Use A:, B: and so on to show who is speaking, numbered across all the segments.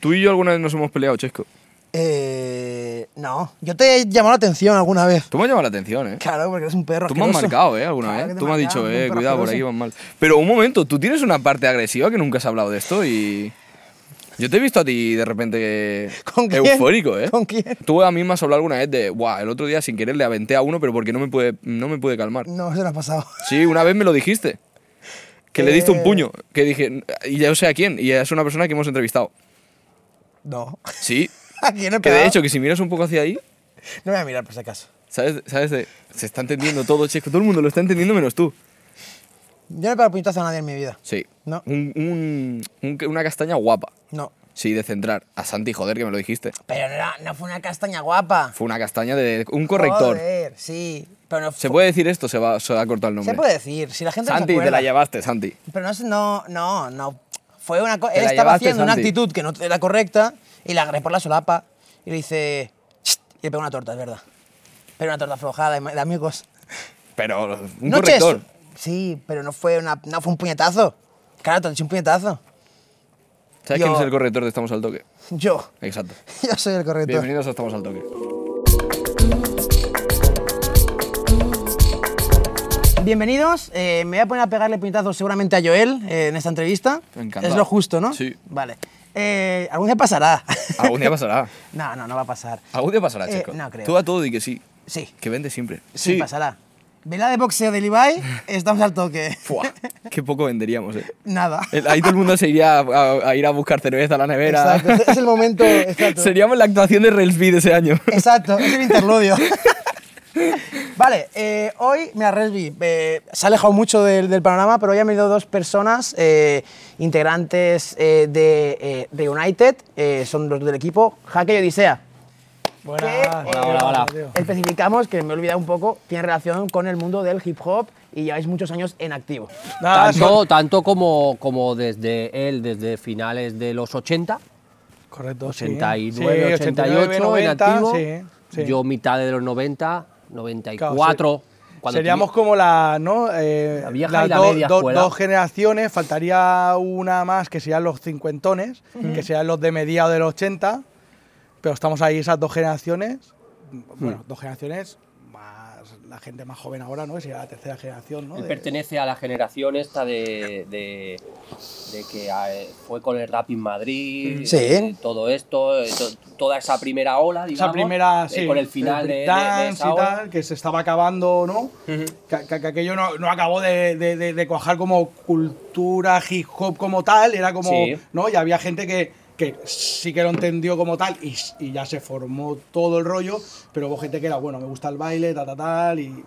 A: Tú y yo alguna vez nos hemos peleado, Chesco.
B: Eh, no, yo te he llamado la atención alguna vez.
A: Tú me has llamado la atención, ¿eh?
B: Claro, porque eres un perro.
A: Tú me has
B: asqueroso.
A: marcado, ¿eh? Alguna
B: Claro que
A: vez.
B: te
A: Tú me has
B: he marcado,
A: dicho,
B: un
A: eh,
B: perro
A: cuidado, por
B: asqueroso.
A: aquí van mal. Pero un momento, tú tienes una parte agresiva que nunca has hablado de esto y... Yo te he visto a ti de repente
B: ¿Con quién?
A: eufórico, ¿eh?
B: ¿Con quién?
A: Tú a mí me has hablado alguna vez de, guau, el otro día sin querer le aventé a uno, pero porque no me puede, no me puede calmar.
B: No, se lo ha pasado.
A: Sí, una vez me lo dijiste. Que le
B: Eh.
A: diste un puño. Que dije, y ya sé a quién. Y es una persona que hemos entrevistado.
B: No.
A: Sí.
B: ¿A quién he
A: Que de
B: pegado?
A: hecho, que si miras un poco hacia ahí,
B: No voy a mirar por si acaso.
A: ¿sabes? ¿Sabes? de- Se está entendiendo todo, chico. Todo el mundo lo está entendiendo menos tú.
B: Yo no he pegado puñetazo a nadie en mi vida.
A: Sí.
B: No.
A: Un- un- un- una castaña guapa.
B: No.
A: Sí, de centrar. A Santi, joder, que me lo dijiste.
B: Pero no, era- no fue una castaña guapa.
A: Fue una castaña de un corrector.
B: Joder, sí. Pero no
A: ¿Se
B: fu-
A: puede decir esto? Se va, se va a cortar el nombre.
B: Se puede decir, si la gente no se
A: Santi, te
B: acuerda.
A: la llevaste, Santi.
B: Pero no, es- no, no, no. Fue una cosa.
A: Te
B: Él
A: la
B: estaba
A: llevaste,
B: haciendo una
A: Santi.
B: actitud que no era correcta y la agarré por la solapa y le hice. "Chst", Y le pegó una torta, es verdad. Pero una torta aflojada de de amigos.
A: Pero un
B: No, ches.
A: corrector.
B: Sí, pero no fue, una, no fue un puñetazo. Claro, te eché un puñetazo.
A: ¿Sabes
B: Yo-
A: quién es el corrector de Estamos al Toque?
B: Yo.
A: Exacto.
B: Yo soy el corrector.
A: Bienvenidos a Estamos al Toque.
B: Bienvenidos. eh, me voy a poner a pegarle puñetazos seguramente a Joel eh, en esta entrevista.
A: Encantado.
B: Es lo justo, ¿no?
A: Sí. Ah.
B: Vale. Eh, algún día pasará.
A: Algún día pasará.
B: no, no, no va a pasar.
A: Algún día pasará,
B: Eh,
A: chico.
B: no creo.
A: Tú a todo di que sí.
B: Sí,
A: Que vende siempre.
B: sí, pasará. Vela de boxeo de Levi, estamos al toque.
A: Fuah, qué poco venderíamos, eh.
B: Nada.
A: El- Ahí todo el mundo se iría a, a- a ir a buscar cerveza a la nevera.
B: Exacto, es el momento. Exacto.
A: Seríamos la actuación de Relsby de ese año.
B: Exacto, es el interludio. vale, eh, hoy, mira, Resby, eh, se ha alejado mucho del, del panorama, pero hoy han venido dos personas eh, integrantes eh, de, eh, de United, eh, son los del equipo Jaque y Odisea.
C: Buenas.
B: que,
C: Hola,
B: eh,
C: hola, hola.
B: Especificamos que me he olvidado un poco, tiene relación con el mundo del hip hop y lleváis muchos años en activo.
C: Nada,
D: Tanto, tanto como, como desde él, desde finales de los 80,
C: son- Correcto. sí.
D: 89,
C: Sí, 89,
D: 88 en
C: 90,
D: activo,
C: sí, sí.
D: yo mitad de los 90, 94,
C: Claro, se-
D: cuando
C: Seríamos
D: tuvi-
C: como la, ¿no? Eh,
D: La vieja
C: las
D: y la
C: dos-
D: media
C: dos-
D: escuela.
C: dos generaciones, faltaría una más que serían los cincuentones, que serían los de mediados del 80, pero estamos ahí esas dos generaciones, bueno, dos generaciones más la gente más joven ahora, ¿no? Que sería la tercera generación, ¿no?
D: Él
C: De-
D: pertenece a la generación esta de, de, de que eh, fue con el Rap in Madrid,
B: Sí.
D: eh, todo esto, eh, to- toda esa primera ola, digamos,
C: esa primera,
D: eh,
C: sí,
D: con el final de- de, de
C: dance
D: esa
C: y
D: ola.
C: tal, que se estaba acabando, ¿no? que, que- que aquello no, no acabó de, de- de- de cuajar como cultura hip hop como tal, era como,
D: Sí.
C: ¿no? Y había gente que, que sí que lo entendió como tal y, s- y ya se formó todo el rollo, pero hubo gente que era, bueno, me gusta el baile, ta, ta, tal, y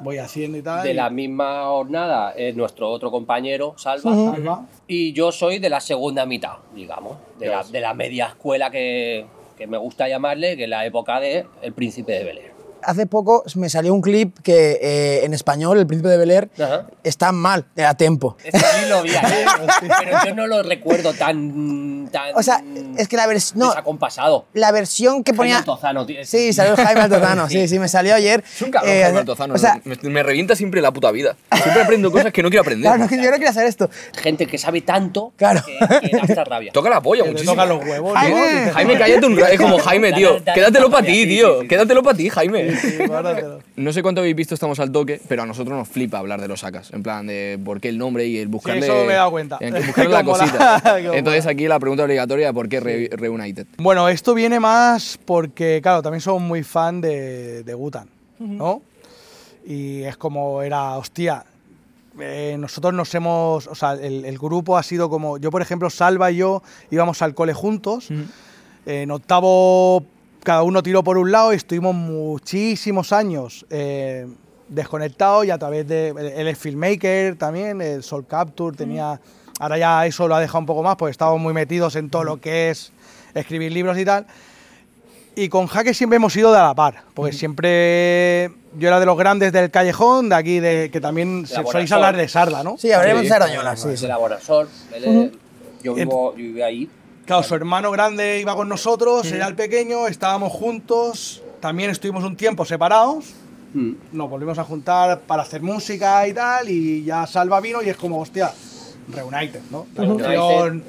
C: voy haciendo y tal.
D: De
C: y-
D: la misma jornada es nuestro otro compañero, Salva,
C: Salva.
D: y yo soy de la segunda mitad, digamos, de, la, de la media escuela que, que me gusta llamarle, que es la época de El Príncipe de Bel Air.
B: Hace poco me salió un clip que eh, en español, El Príncipe de Bel Air,
D: Ajá.
B: está mal, a tiempo.
D: Ese sí lo vi ayer, pero yo no lo recuerdo tan, tan
B: O sea,
A: Mm.
B: es que la versión. No,
D: desacompasado.
B: la versión que
D: Jaime
B: ponía.
D: Altozano, tío.
B: Sí, salió el Jaime Altozano. sí, sí, me salió ayer.
A: Es un cabrón,
B: Eh,
A: Jaime Altozano.
B: O sea,
A: me, me revienta siempre la puta vida. Siempre aprendo cosas que no quiero aprender.
B: claro, no, yo no quería hacer esto.
D: Gente que sabe tanto
B: Claro.
D: que, que da hasta rabia.
A: Toca la polla
C: que te
A: muchísimo.
C: tocan los huevos, ¿no?
B: Jaime.
C: Dices,
A: Jaime, cállate un rato. Es como Jaime, tío.
D: Dale, dale,
A: Quédatelo
D: dale,
A: para ti,
D: sí, sí,
A: tío.
D: sí.
A: Quédatelo para ti, Jaime.
C: "Sí, guárdatelo".
A: No sé cuánto habéis visto Estamos al Toque, pero a nosotros nos flipa hablar de los sacas. En plan, de por qué el nombre y el buscarle.
C: eso me he dado cuenta.
A: en que buscarle la
C: Cómo
A: cosita.
C: mola, cómo
A: Entonces, aquí la pregunta obligatoria de por qué Re- Reunited.
C: Bueno, esto viene más porque, claro, también soy muy fan de, de Gutan, ¿no? Y es como era, hostia, eh, nosotros nos hemos, o sea, el, el grupo ha sido como, yo por ejemplo, Salva y yo íbamos al cole juntos, en octavo cada uno tiró por un lado y estuvimos muchísimos años eh, desconectados y a través de, él él es filmmaker también, el Soul Capture tenía, ahora ya eso lo ha dejado un poco más porque estábamos muy metidos en todo lo que es escribir libros y tal. Y con Jaque siempre hemos ido de a la par, porque siempre yo era de los grandes del callejón, de aquí, de que también se-
D: Buena
C: soléis
D: Sol.
C: hablar de Sarda, ¿no?
B: Sí, hablaremos
A: Sí.
B: de Sardañola, sí.
D: De
B: sí.
D: la Bonasol, Bel Air. yo, vivo, yo viví ahí.
C: Claro, su hermano grande iba con nosotros, era el pequeño, estábamos juntos, también estuvimos un tiempo separados,
D: Mm.
C: nos volvimos a juntar para hacer música y tal, y ya Salva vino y es como, hostia, reunited, ¿no?
D: Reunited.
C: Reunión,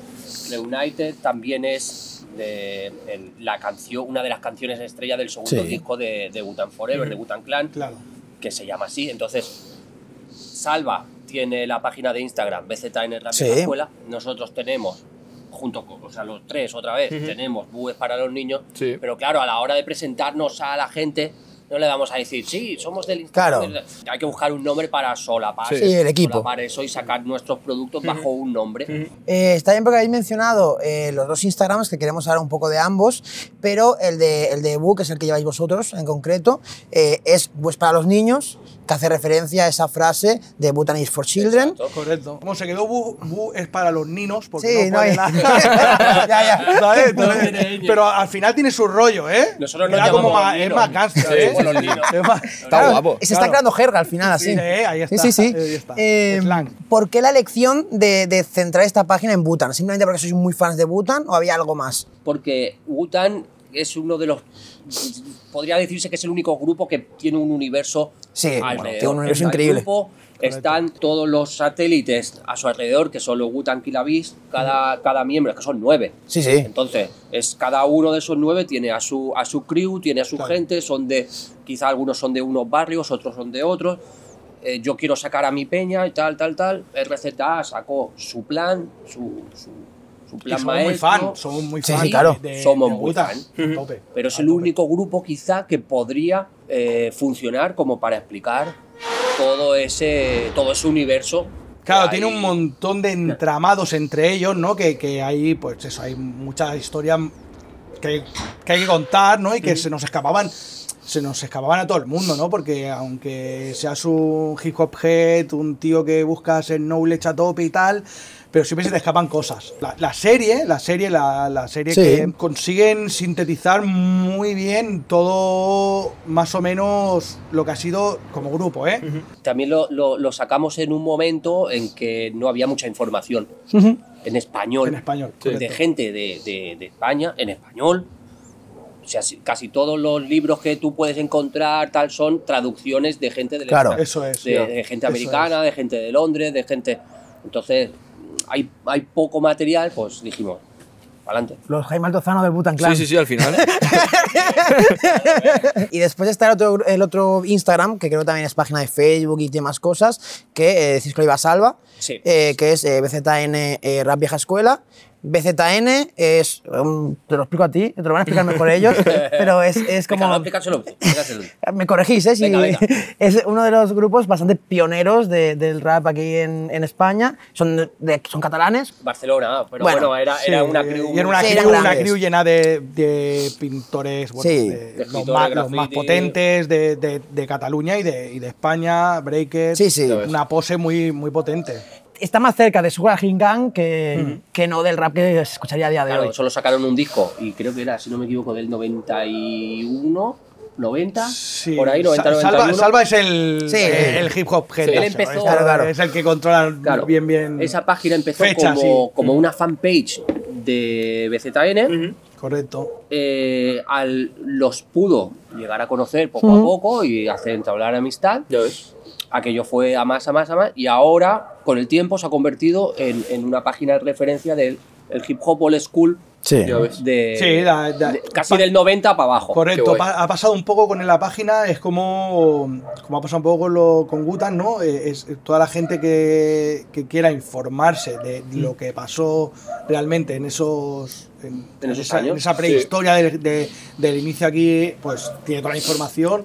D: Reunited también es de el- la canción, una de las canciones estrella del segundo
B: Sí.
D: disco de, de Butan Forever, de Butan Clan,
C: Claro.
D: que se llama así. Entonces, Salva tiene la página de Instagram, BZN Radio
B: Sí.
D: Escuela. Nosotros tenemos, junto con o sea, los tres otra vez, tenemos BUES para los niños.
A: Sí.
D: Pero claro, a la hora de presentarnos a la gente, no le vamos a decir, sí, somos del
B: Claro.
D: Instagram. Hay que buscar un nombre para solapar,
A: Sí.
B: Sí, el equipo.
D: solapar eso y sacar nuestros productos bajo un nombre.
B: Eh, está bien porque habéis mencionado eh, los dos Instagrams, que queremos hablar un poco de ambos, pero el de, el de Bu, que es el que lleváis vosotros en concreto, eh, es pues para los niños, que hace referencia a esa frase de Botanist for Children.
D: Exacto.
C: Correcto. Como se quedó Bu, Bu es para los ninos, porque
B: Sí,
C: no, puede
B: no hay-
C: nada.
B: Ya, ya.
C: ¿Sabes?
D: No
C: Entonces,
D: tiene ñ.
C: pero al final tiene su rollo, ¿eh?
D: Nosotros nos
C: Era como
D: llamamos
C: más, es
D: ninos.
C: más gangster,
A: Sí,
C: ¿eh?
A: somos los ninos.
C: Es más-
A: Está guapo.
B: Se está
C: Claro.
B: creando jerga al final, así.
C: Sí, eh, ahí está,
B: Sí, sí, sí.
C: ahí está.
B: Eh,
C: Slang.
B: ¿Por qué la elección de, de centrar esta página en Bután? ¿Simplemente porque sois muy fans de Bután o había algo más?
D: porque Wutan es uno de los podría decirse que es el único grupo que tiene un universo
B: Sí, bueno,
D: alrededor.
B: tiene un universo
D: Está el
B: increíble.
D: grupo, están todos los satélites a su alrededor que son los Wutan Kilavis cada cada miembro que son nueve
B: Sí, sí.
D: entonces es cada uno de esos nueve tiene a su a su crew tiene a su gente son de quizá algunos son de unos barrios otros son de otros Eh, yo quiero sacar a mi peña y tal tal tal RZA sacó su plan su, su, su
C: Y
D: plan
C: somos muy
D: maestro
C: fan, somos muy
B: Sí,
C: fan.
B: sí, claro.
C: de- de-
D: Somos
C: de
D: muy
C: Butan.
D: fan.
C: A tope,
D: pero es
C: a
D: el
C: tope.
D: único grupo quizá que podría eh, funcionar como para explicar todo ese todo ese universo. que
C: Claro,
D: hay.
C: tiene un montón de entramados entre ellos, ¿no? Que, que hay, pues eso, hay mucha historia que, que hay que contar, ¿no? Y que se nos escapaban, se nos escapaban a todo el mundo, ¿no? Porque aunque seas un hip hop head, un tío que busca ser knowledge a tope y tal, pero siempre se te escapan cosas. La, la serie, la serie, la, la serie
B: Sí.
C: que consiguen sintetizar muy bien todo, más o menos, lo que ha sido como grupo, ¿eh?
D: También lo, lo- lo sacamos en un momento en que no había mucha información en español.
C: En español,
D: De
C: correcto.
D: gente de, de- de España, en español. O sea, si- casi todos los libros que tú puedes encontrar tal son traducciones de gente del
B: Claro.
D: extranjero.
C: Eso es.
D: de,
C: ya.
D: de gente
C: Eso
D: americana, de gente de Londres, de gente. Entonces, hay, hay poco material, pues dijimos, adelante.
B: Los Jaime Altozano del Bután Clan.
A: Sí, sí, sí, al final.
B: Y después está el otro, el otro Instagram, que creo también es página de Facebook y demás cosas, que eh, decís que lo iba a salva,
D: Sí.
B: eh, que es eh, BZN eh, Rap Vieja Escuela. BZN es, um, te lo explico a ti, te lo van a explicar mejor ellos, pero es, es como...
D: Venga, explícaselo, explícaselo.
B: Me corregís, ¿eh? Si-
D: Venga, venga.
B: Es uno de los grupos bastante pioneros de- del rap aquí en, en España. Son, de- son catalanes.
D: Barcelona, ah, pero
B: Bueno,
D: bueno, era,
C: Sí,
D: era una crew.
C: y era una,
B: Sí, eran
C: crew, una
B: grandes.
C: crew llena de, de pintores, bueno,
B: Sí.
C: de-
B: De
C: los,
D: escritores,
C: más, los más
D: graffiti.
C: potentes de, de- de Cataluña y de, y de España, Breakers.
B: Sí, sí.
C: Una pose muy, muy potente.
B: Está más cerca de su Gang que, que no del rap que se escucharía a día de
D: Claro,
B: hoy.
D: solo sacaron un disco y creo que era, si no me equivoco, del 91, 90,
C: Sí.
D: por ahí,
C: Sa-
D: 90,
C: Salva,
D: 91.
C: Salva es el,
B: Sí.
C: el, el hip hop head,
A: Sí.
D: Él
C: eso,
D: empezó-
C: es-
B: Claro, claro.
C: Es el que controla
D: Claro,
C: bien, bien.
D: Esa página empezó
C: Fecha,
D: como,
C: sí.
D: como una fanpage de BZN.
C: Correcto.
D: eh, al, los pudo llegar a conocer poco a poco y hacer entablar amistad. Aquello fue a más, a más, a más. Y ahora, con el tiempo, se ha convertido en, en una página de referencia del el hip hop old school.
B: Sí.
D: De,
C: Sí, da- da-
D: Eh, de- casi del 90 para abajo.
C: Correcto,
A: guay.
C: pa- ha pasado un poco con la página, es como, como ha pasado un poco con, lo, con Gutan, ¿no? Eh, Es, es toda la gente que, que quiera informarse de
D: Mm.
C: lo que pasó realmente en esos. En,
D: En esos
C: esa,
D: años.
C: esa prehistoria del, de- del inicio aquí, pues tiene toda la información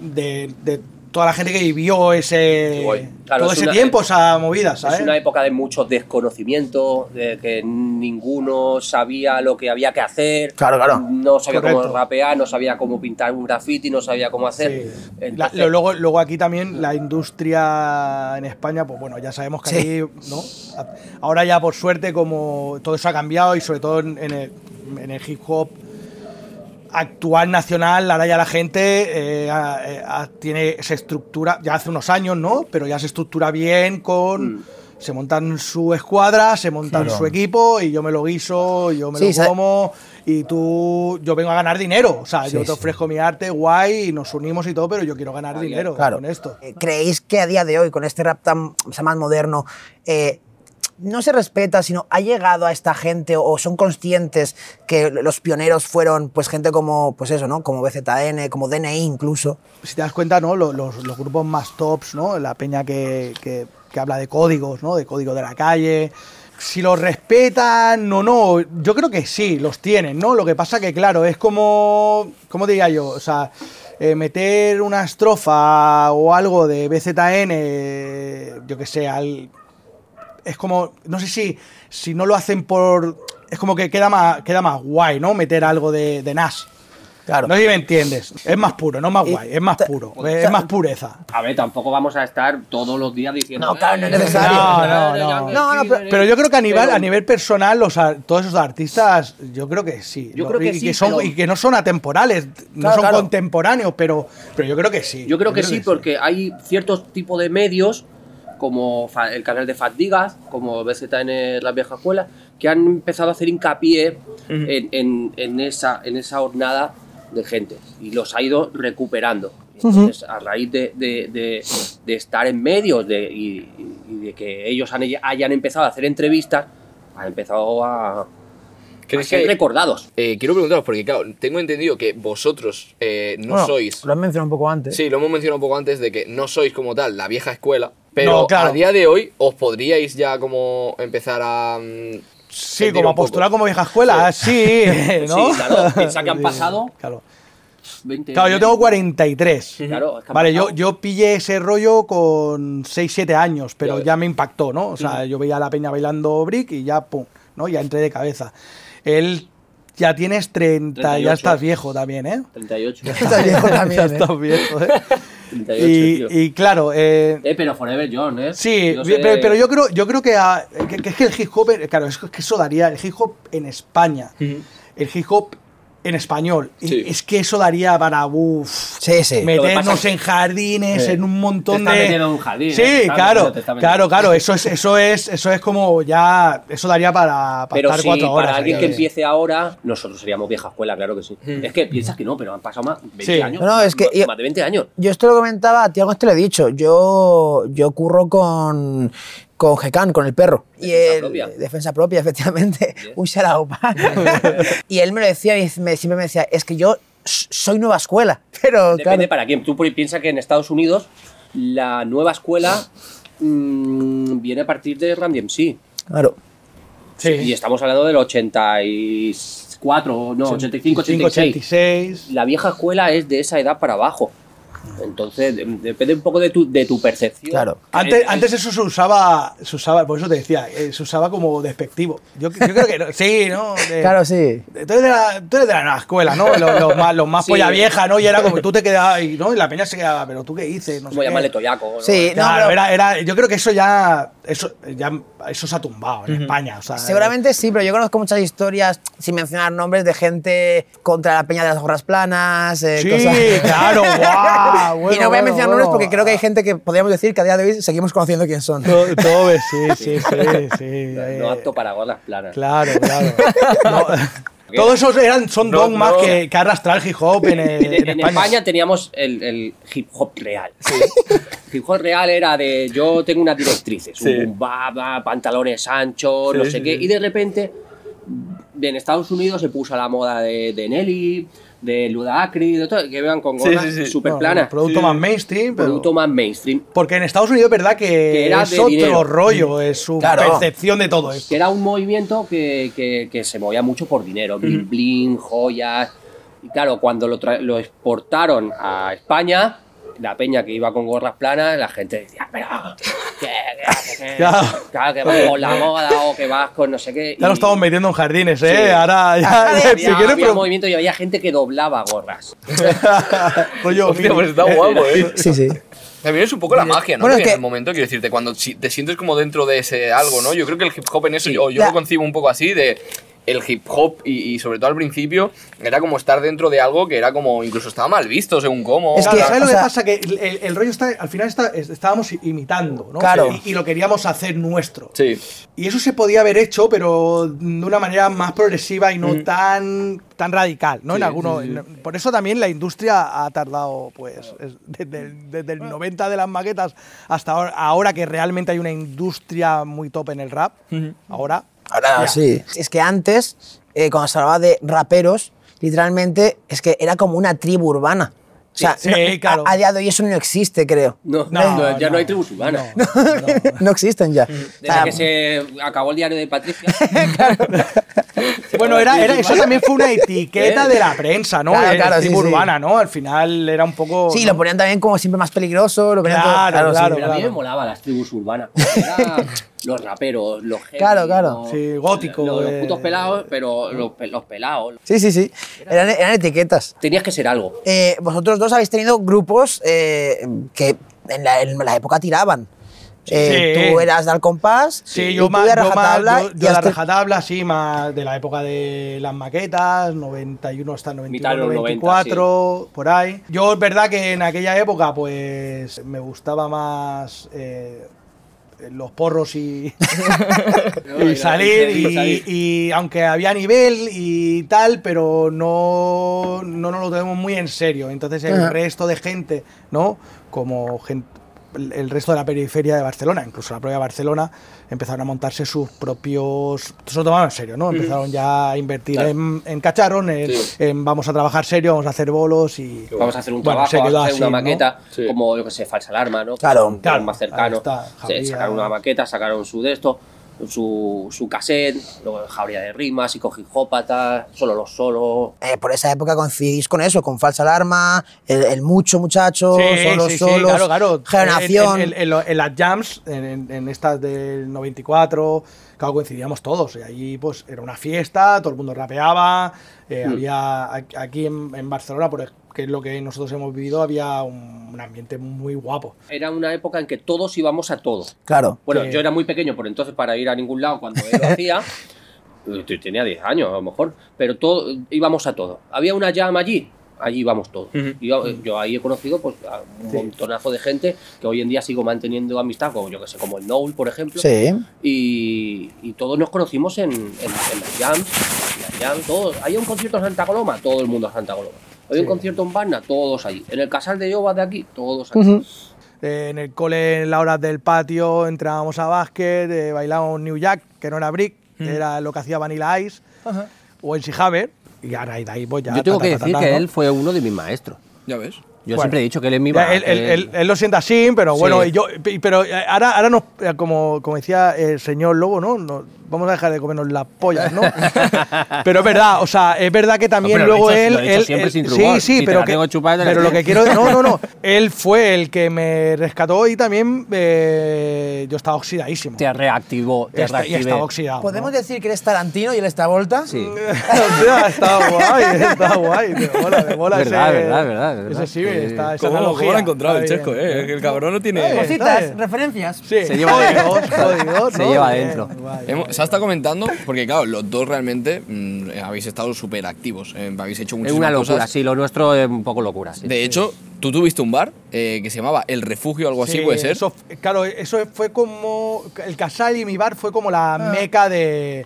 C: de, de toda la gente que vivió ese.
A: guay.
D: Claro,
C: todo
D: es
C: ese
D: una-
C: tiempo, esa movida, ¿sabes?
D: Es una época de mucho desconocimiento, de que ninguno sabía lo que había que hacer.
B: Claro, claro.
D: No sabía
C: Correcto.
D: cómo rapear, no sabía cómo pintar un graffiti, no sabía cómo hacer.
C: Sí. La-
D: Entonces-
C: lo- luego, luego aquí también la industria en España, pues bueno, ya sabemos que
B: Sí.
C: aquí, ¿no? A- Ahora ya por suerte como todo eso ha cambiado y sobre todo en en el, en el hip hop actual nacional, ahora ya la gente eh, a- eh, a- tiene se estructura, ya hace unos años, ¿no? Pero ya se estructura bien con...
B: Mm.
C: Se montan su escuadra, se montan su equipo y yo me lo guiso, yo me
B: Sí,
C: lo
B: sa-
C: como y tú, yo vengo a ganar dinero. O sea, yo
B: Sí,
C: te
B: sí.
C: ofrezco mi arte, guay, y nos unimos y todo, pero yo quiero ganar dinero
B: Claro.
C: con esto.
B: Eh, ¿Creéis que a día de hoy, con este rap tan o sea, más moderno, eh, no se respeta, sino ha llegado a esta gente o son conscientes que los pioneros fueron pues gente como, pues eso, ¿no? Como BZN, como DNI incluso.
C: si te das cuenta, ¿no? Lo- Los, los grupos más tops, ¿no? La peña que, que- que habla de códigos, ¿no? De código de la calle. Si los respetan o no, yo creo que sí, los tienen, ¿no? Lo que pasa que, claro, es como, ¿cómo diría yo? O sea, eh, meter una estrofa o algo de BZN, yo que sé, al, es como, no sé si, si no lo hacen por, es como que queda más, queda más guay, ¿no? Meter algo de, de Nash.
B: Claro.
C: No sé si me entiendes. Es más puro, no más guay, es más
B: ta-
C: puro. Es más pureza.
D: A ver, tampoco vamos a estar todos los días diciendo.
B: No, claro, no es
D: "Eh,
B: necesario".
C: No, no,
D: eh,
C: no.
D: eh,
B: No, no,
D: eh,
B: pero-
D: eh,
C: Pero yo creo que a nivel,
D: pero-
C: a nivel personal, los, ar- todos esos artistas, yo creo que sí.
D: Yo
C: Lo-
D: creo que
C: y
D: sí,
C: Que son,
D: pero-
C: Y que no son atemporales, no
B: Claro,
C: son
B: claro.
C: contemporáneos, pero, pero yo creo que sí.
D: Yo creo que sí, porque hay ciertos tipos de medios, como fa- el canal de Fat Digas, como BZN Las Viejas Escuelas, que han empezado a hacer hincapié en, en- en esa, en esa hornada de gente y los ha ido recuperando. Entonces, a raíz de, de- de- de estar en medios de, y, y de que ellos han- hayan empezado a hacer entrevistas, han empezado a, a
E: ¿Crees
D: ser
E: que,
D: recordados.
E: eh, quiero preguntaros, porque claro, tengo entendido que vosotros eh, no
B: Bueno,
E: sois.
B: Lo has mencionado un poco antes.
E: Sí, lo hemos mencionado un poco antes de que no sois como tal la vieja escuela, pero
C: No, claro.
E: a día de hoy os podríais ya como empezar a. mm,
C: Sí,
E: sentir
C: como
E: un poco.
C: postular como vieja escuela, ah, sí, Eh, ¿no?
D: Sí, claro, piensa que han pasado
C: Claro.
D: 20
C: Claro, yo
D: años.
C: tengo 43.
D: Claro, es que han
C: vale, yo,
D: pasado.
C: yo pillé ese rollo con 6, 7 años, pero
E: Ya.
C: ya me impactó, ¿no? O sea, yo veía a la peña bailando brick y ya, pum, ¿no? Ya entré de cabeza. Él ya tienes 30, ya
D: 38.
C: estás viejo también, ¿eh?
D: 38.
B: Está viejo también,
C: ya
B: ¿eh?
C: estás viejo, ¿eh?
D: 38,
C: y,
D: tío.
C: y claro, eh,
D: Eh, pero Forever John, ¿eh?
C: Sí,
D: Yo
C: bien,
D: sé-
C: pero, pero yo creo, yo creo que, a- que- que es que el hip hop, eh, claro, es que eso daría el hip hop en España, el hip hop en español, y
E: Sí.
C: es que eso daría para uff,
B: Sí, sí.
D: Lo que pasa
C: meternos
D: es que-
C: en jardines,
D: Sí.
C: en un
D: Te
C: montón
D: está
C: de.
D: metiendo en un jardín,
C: Sí,
D: eh, te está
C: claro,
D: metiendo, te está metiendo.
C: claro, claro, eso es, eso es, eso es como ya, eso daría para, para
D: Pero
C: estar
D: sí,
C: cuatro horas. eh.
D: para alguien
C: ahí,
D: que
C: ahí.
D: empiece ahora, nosotros seríamos vieja escuela, claro que sí.
E: Hmm.
D: Es que piensas que no, pero han pasado más 20
C: Sí.
D: años.
B: No, no, es que-
D: más- Más de 20 años.
B: Yo esto lo comentaba, a Tiago, esto lo he dicho. Yo, yo curro con, con Gekan, con el perro. y
D: Defensa
B: él-
D: propia.
B: Defensa propia, efectivamente. Un shout y él me lo decía, y me- siempre me decía, es que yo s- soy nueva escuela. Pero
D: Depende
B: claro,
D: para quién. Tú pi- piensas que en Estados Unidos la nueva escuela mm, viene a partir de Randy MC.
B: claro.
C: Sí.
D: Y estamos hablando del 84, no, 85, 86.
C: 86.
D: la vieja escuela es de esa edad para abajo. Entonces, de- depende un poco de tu, de tu percepción.
B: Claro.
D: Eh,
C: Antes, antes eso se usaba, se usaba, por eso te decía, eh, se usaba como despectivo. Yo, yo creo que no- sí, ¿no?
D: Eh.
C: De-
B: Claro, sí.
C: Tú eres de la, tú eres de la nueva escuela, ¿no? Los, los más, los más
D: Sí.
C: polla vieja, ¿no? Y era como tú te quedabas, y, ¿no? Y la peña se quedaba, pero tú qué dices, no sé
D: Como llamarle
C: qué.
D: toyaco. ¿no?
B: Sí. Eh, No,
C: Claro,
B: pero-
C: era, era, yo creo que eso ya, eso, ya, eso se ha tumbado en España. O sea,
B: Seguramente sí, pero yo conozco muchas historias, sin mencionar nombres, de gente contra la peña de las gorras planas. eh,
C: Sí,
B: cosas-
C: claro, guau.
B: Y no
C: bueno,
B: voy a
C: bueno,
B: mencionar
C: bueno.
B: nombres porque creo que hay gente que podríamos decir que a día de hoy seguimos conociendo quién son.
C: To- Tobe, sí, sí, sí, sí.
D: No,
C: eh,
D: no apto para gordas planas.
C: Claro, claro. No, todos esos eran, son
E: No,
C: dogmas
E: no.
C: Que, que ha arrastrado el hip hop en, el-
D: En,
C: en
D: en España. teníamos el, el hip hop real. hip hop real era de yo tengo unas directrices, un baba, pantalones anchos, no sé qué. Y de repente en Estados Unidos se puso la moda de, de Nelly, de Luda Acri, de todo, que vean con gorras súper
C: Bueno,
D: planas.
C: Producto más mainstream, pero-
D: producto más mainstream.
C: Porque en Estados Unidos, ¿verdad? Que,
D: Que era
C: es
D: de
C: otro
D: dinero. Mm.
C: rollo, es su
B: Claro.
C: percepción de todo esto.
D: que era un movimiento que, que- que se movía mucho por dinero, bling bling, joyas. Y claro, cuando lo, tra- lo exportaron a España, la peña que iba con gorras planas, la gente decía, pero, ¿qué, qué, qué, qué?
C: Claro.
D: Claro, que vas con la moda o que vas con no sé qué.
C: Ya
D: y
C: lo estamos metiendo en jardines, ¿eh?
D: Sí.
C: Ahora, ya, ya, si
D: Había,
C: quieres,
D: había
C: pero-
D: movimiento y había gente que doblaba gorras.
C: Rollo,
E: Hostia, pues está guapo, eh.
B: Sí, sí.
E: También es un poco la magia, ¿no?
B: Bueno,
E: que
B: es
E: en
B: que-
E: el momento, quiero decirte, cuando si- te sientes como dentro de ese algo, ¿no? Yo creo que el hip hop en eso, o yo
B: La-
E: lo concibo un poco así, de el hip hop y, y sobre todo al principio era como estar dentro de algo que era como incluso estaba mal visto según cómo.
B: Es
C: Claro,
B: que,
C: ¿sabes
B: o
C: lo que
B: sea-
C: pasa? Que el, el- el rollo está, al final está- es- estábamos i- imitando, ¿no?
B: Claro.
C: Y, y lo queríamos hacer nuestro.
E: Sí.
C: Y eso se podía haber hecho, pero de una manera más progresiva y no tan, tan radical, ¿no? en
E: Mm. Sí,
C: alguno,
E: sí, sí.
C: en- por eso también la industria ha tardado, pues, es- desde, el- desde el 90 de las maquetas hasta ahora, ahora que realmente hay una industria muy top en el rap, ahora.
B: Ahora
C: Ah,
B: sí. Es que antes, eh, cuando se hablaba de raperos, literalmente es que era como una tribu urbana. O sea,
C: Sí,
B: no-
C: sí, claro.
B: a, a día de hoy eso no existe, creo.
D: No,
C: No,
D: no, ya no,
C: no. Ah.
D: hay tribus urbanas.
B: No, existen ya.
D: Desde
B: O sea,
D: que se acabó el diario de Patricia.
C: Bueno, era, era- eso también fue una etiqueta de la prensa, ¿no?
B: Claro,
C: Eh,
B: claro, sí,
C: tribu
B: sí.
C: urbana, ¿no? Al final era un poco...
B: Sí,
C: ¿no?
B: lo ponían también como siempre más peligroso. Lo ponían todo-
C: Claro, claro,
B: sí.
D: Pero a mí me molaba las tribus urbanas. porque eran los raperos, los heavy,
B: Claro, claro.
D: los-
C: Sí, gótico,
D: Los, los
C: eh.
D: putos pelados, pero los, pe- los pelados.
B: sí, sí, sí. Eran, eran etiquetas.
D: Tenías que ser algo.
B: Eh, vosotros dos habéis tenido grupos eh, que en la, en la época tiraban. Eh,
C: Sí.
B: Tú eras de Al Compás.
C: Sí,
B: y
C: yo
B: tú
C: más,
B: de
C: yo más,
B: Rajatabla.
C: yo,
B: y
C: yo la
B: hasta-
C: rajatabla, sí, más de la época de las maquetas, 91 hasta
D: Mitad de
C: 94,
D: los 90,
C: 94, por ahí. Yo es verdad que en aquella época, pues, me gustaba más eh, los porros y, y salir, y, y aunque había nivel y tal, pero no, no nos lo tenemos muy en serio. Entonces el
B: Ajá.
C: resto de gente, ¿no? Como gen- el el resto de la periferia de Barcelona, incluso la propia Barcelona, empezaron a montarse sus propios... Se lo tomaban en serio, ¿no? Empezaron ya a invertir
D: Claro.
C: en, en cacharros, en,
E: Sí.
C: en vamos a trabajar serio, vamos a hacer bolos y...
D: Vamos a hacer un
C: Bueno,
D: trabajo,
C: se quedó
D: vamos a hacer
C: así,
D: una
C: ¿no?
D: maqueta,
E: Sí.
D: como yo que sé, falsa alarma, ¿no?
B: Claro.
D: Como
C: Claro,
D: más
C: ahí
D: cercano.
C: está,
D: Se-
C: Javier.
D: sacaron una maqueta, sacaron su de esto, su, su cassette, luego jauría de rimas, psicogijópata, solo los solos.
B: eh, por esa época coincidís con eso, con falsa alarma, el, el mucho muchacho,
C: Sí,
B: solos,
C: sí, sí,
B: solos,
C: claro, claro.
B: generación.
C: En, en- en lo- en las jams, en, en- en estas del 94, claro, coincidíamos todos. Y allí, pues, era una fiesta, todo el mundo rapeaba. eh,
F: Hmm.
C: Había a- aquí en, en Barcelona, por ej- que es lo que nosotros hemos vivido, había un, un ambiente muy guapo.
D: Era una época en que todos íbamos a todo.
B: claro.
D: Bueno,
C: Sí.
D: yo era muy pequeño por entonces para ir a ningún lado cuando él lo hacía. Eh, te- Tenía 10 años a lo mejor, pero todo, íbamos a todo. Había una jam allí, allí íbamos todos. Y yo, eh, yo ahí he conocido pues, a un montonazo de gente que hoy en día sigo manteniendo amistad, como yo que sé, como el Noel, por ejemplo.
B: Sí.
D: Y, y todos nos conocimos en, en, en las jams. en las jams, todos. Había un concierto en Santa Coloma, todo el mundo a Santa Coloma. Había un concierto en Varna, todos allí. En el casal de Yoba de aquí, todos allí.
C: Eh, en el cole, en las horas del patio, entrábamos a básquet, eh, bailábamos New Jack, que no era Brick,
F: Hmm.
C: era lo que hacía Vanilla Ice, o el Hammer. Y ahora y de ahí, pues ya.
F: Yo tengo
C: ta,
F: que
C: ta, ta,
F: decir
C: ta,
F: que
C: ¿no?
F: él fue uno de mis maestros.
A: Ya ves.
F: Yo
C: Bueno.
F: siempre he dicho que él es mi
C: Ya,
F: maestro.
C: él, él- él- él lo siente así, pero bueno,
F: Sí.
C: y yo, y- pero eh, ahora, ahora nos, eh, como, como decía el señor Lobo, ¿no? Nos- vamos a dejar de comernos las pollas, ¿no? pero es verdad, o sea, es verdad que también
F: No, pero lo
C: luego
F: he dicho-
C: él,
F: lo he dicho
C: él-
F: siempre
C: él-
F: sin
C: sí, sí,
F: rubor. Si te
C: pero
F: la
C: que,
F: tengo chupada, te la
C: pero lo que
F: tengo.
C: quiero, no, no, no, él fue el que me rescató y también eh, yo estaba oxidadísimo,
F: Te reactivó, te
C: Esta- Este, y
F: reactivé.
C: estaba oxidado.
B: ¿Podemos decir que eres Tarantino y él está Volta?
F: Sí.
C: Mm, está guay, está guay, me mola, me mola
F: Verdad,
C: ese,
F: verdad, verdad, verdad.
C: ese sí,
F: Eh,
C: está, esa
A: ¿Cómo,
C: analogía,
A: cómo lo ha encontrado el
C: está
A: Chesco,
C: bien.
A: eh? El cabrón lo tiene.
C: Ay,
B: Cositas,
C: Está bien.
B: referencias.
C: Sí.
F: Se lleva dentro.
C: Códigos, códigos,
F: Se
C: ¿no?
F: lleva
C: Bien,
F: dentro.
C: guay.
A: Hemos- se ha estado comentando, porque claro, los dos realmente mm, habéis estado súper activos, eh, habéis hecho
F: Es
A: muchísimas
F: una locura,
A: cosas.
F: sí, lo nuestro es un poco locura. sí.
A: De hecho, tú tuviste un bar eh, que se llamaba El Refugio o algo así,
C: Sí,
A: ¿puede ser?
C: eso- claro, eso fue como. El casal y mi bar fue como la meca de,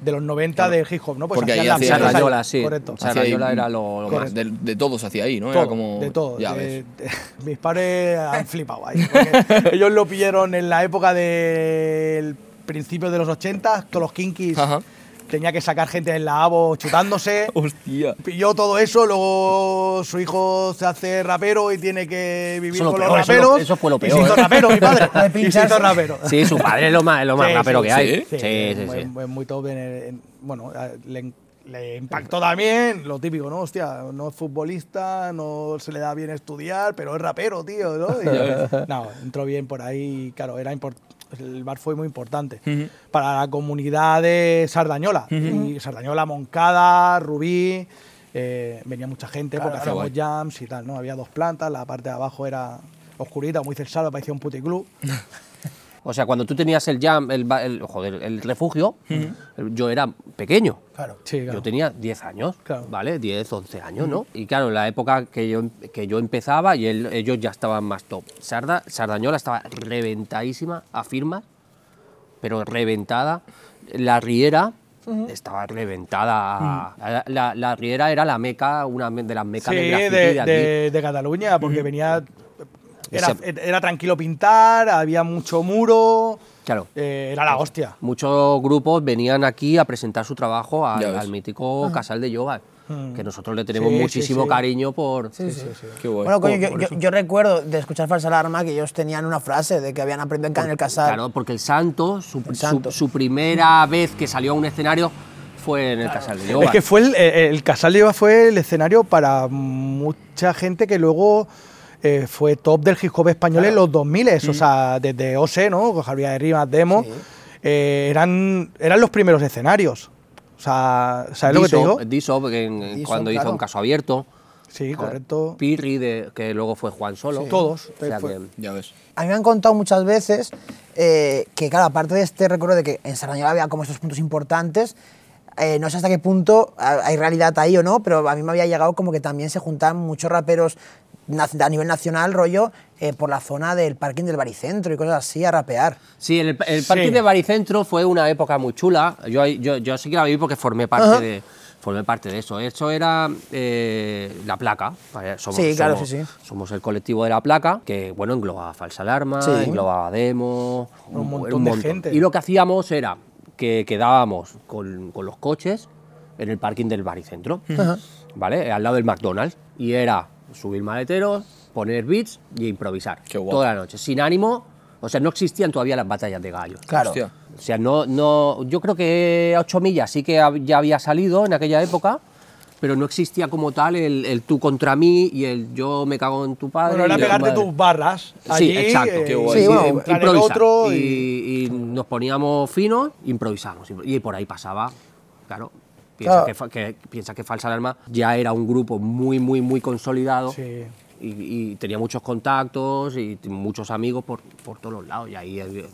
C: de los 90 del hip hop, ¿no? Pues
A: Porque
C: hacían
A: ahí
C: las
A: hacían
C: fiestas ahí.
F: Sarrayola, sí.
C: Correcto.
F: Sar- Sarrayola era lo- lo
A: más. De, de todos hacia ahí, ¿no?
C: Todo,
A: era como.
C: de todo.
A: Ya
C: de-
A: ves.
C: de- mis padres han flipado ahí. porque ellos lo pillaron en la época del principio de los 80, todos los kinkis.
A: Ajá.
C: Tenía que sacar gente en la ABO chutándose.
A: Hostia.
C: pilló todo eso, luego su hijo se hace rapero y tiene que vivir
F: Eso lo
C: con
F: peor,
C: los
F: eso lo-
C: raperos.
F: eso fue lo
C: Y se
F: peor,
C: hizo
F: ¿eh?
C: rapero, mi padre.
B: Lo de
C: y se
B: pincharse.
C: hizo rapero.
F: Sí, su padre es lo más, es lo más
C: Sí,
F: rapero
C: sí,
F: que hay.
A: sí.
F: Sí, sí, sí.
C: muy- muy- muy top en el- en- bueno, a- le, en- le impactó también lo típico, ¿no? Hostia, no es futbolista, no se le da bien estudiar, pero es rapero, tío, ¿no? Y, no, entró bien por ahí, claro, era import- El bar fue muy importante para la comunidad de Sardañola. Y Sardañola, Moncada, Rubí. eh, venía mucha gente porque hacíamos jams y tal, ¿no? Había dos plantas, la parte de abajo era oscurita, muy cerrada, parecía un puticlub.
D: O sea, cuando tú tenías el jam, el, ba- el- joder, el refugio, yo era pequeño.
B: Claro.
C: Sí, claro.
D: Yo tenía 10 años,
C: Claro.
D: ¿vale? 10, 11 años, ¿no? Y claro, en la época que yo, que yo empezaba y él- ellos ya estaban más top. Sarda, Sardañola estaba reventadísima a firmas, pero reventada. La Riera estaba reventada. a- la, la- la Riera era la meca, una me- de las mecas
C: Sí,
D: del
C: de,
D: graffiti de aquí. Mm.
C: de- de Cataluña, porque venía. Era,
D: Ese-
C: era tranquilo pintar, había mucho muro.
D: Claro.
C: eh, era la hostia.
D: Muchos grupos venían aquí a presentar su trabajo al,
A: Ya ves.
D: al mítico Casal de Yoga,
C: Mm.
D: que nosotros le tenemos
C: Hmm. Sí, sí,
D: muchísimo
C: sí.
D: cariño por...
A: Qué guay.
B: Bueno, coño, yo, yo- yo recuerdo de escuchar Falsa Alarma que ellos tenían una frase de que habían aprendido en el casal.
D: Claro, porque el Santo, su,
B: El
D: su-
B: Santo.
D: su primera vez que salió a un escenario fue en el Casal de Yoga.
C: Es que fue el, eh, el Casal de Iba fue el escenario para mucha gente que luego eh, fue top del hip hop español en los 2000, o
D: Mm.
C: sea, desde OSE, ¿no? Con Javier de Rimas, Demo, eh, eran, eran los primeros escenarios. O sea, ¿sabes lo que te digo?
D: Diso- Diso, en- en
B: Diso,
D: cuando hizo
B: claro.
D: un caso abierto.
C: Sí, correcto.
D: Pirri, de, que luego fue Juan Solo.
C: Sí. Todos.
D: O sea que-
A: Ya ves.
B: A mí me han contado muchas veces eh, que, claro, aparte de este recuerdo de que en Sardañola había como estos puntos importantes, eh, no sé hasta qué punto ha- hay realidad ahí o no, pero a mí me había llegado como que también se juntaban muchos raperos na- a nivel nacional, rollo, eh, por la zona del parking del baricentro y cosas así, a rapear.
D: Sí, el, el parking
C: Sí.
D: de Baricentro fue una época muy chula. Yo, ahí- yo, yo sí que la viví porque formé parte de formé parte de eso. Eso era eh, la placa. Vale, Somos,
B: Sí, claro,
D: somos,
B: sí, sí.
D: Somos el colectivo de la placa, que bueno, engloba Falsa Alarma,
B: Sí.
D: englobaba Demo,
C: Un montón de gente.
D: Y lo que hacíamos era que quedábamos con, con los coches en el parking del Baricentro, ¿vale? Al lado del McDonald's. Y era subir maleteros, poner beats y improvisar.
A: Qué guapo.
D: Toda la noche, sin ánimo. O sea, no existían todavía las batallas de gallos.
B: Claro.
A: Hostia.
D: O sea, no, no, yo creo que 8 millas sí que hab- ya había salido en aquella época, pero no existía como tal el, el tú contra mí y el yo me cago en tu padre.
C: Bueno, era
D: y tu
C: pegarte
D: madre.
C: tus barras.
D: Sí,
C: allí,
D: exacto.
C: eh,
A: Qué guay.
C: y
B: Sí, bueno,
C: entrar el
D: improvisar.
C: otro
D: y...
C: y-
D: y nos poníamos finos, improvisamos. Y por ahí pasaba, claro. Piensa,
B: Claro.
D: Que, fa- que- piensa que Falsa Alarma ya era un grupo muy, muy, muy consolidado.
C: Sí.
D: Y, y tenía muchos contactos y t- muchos amigos por, por todos los lados. Y ahí eh,
B: Eh,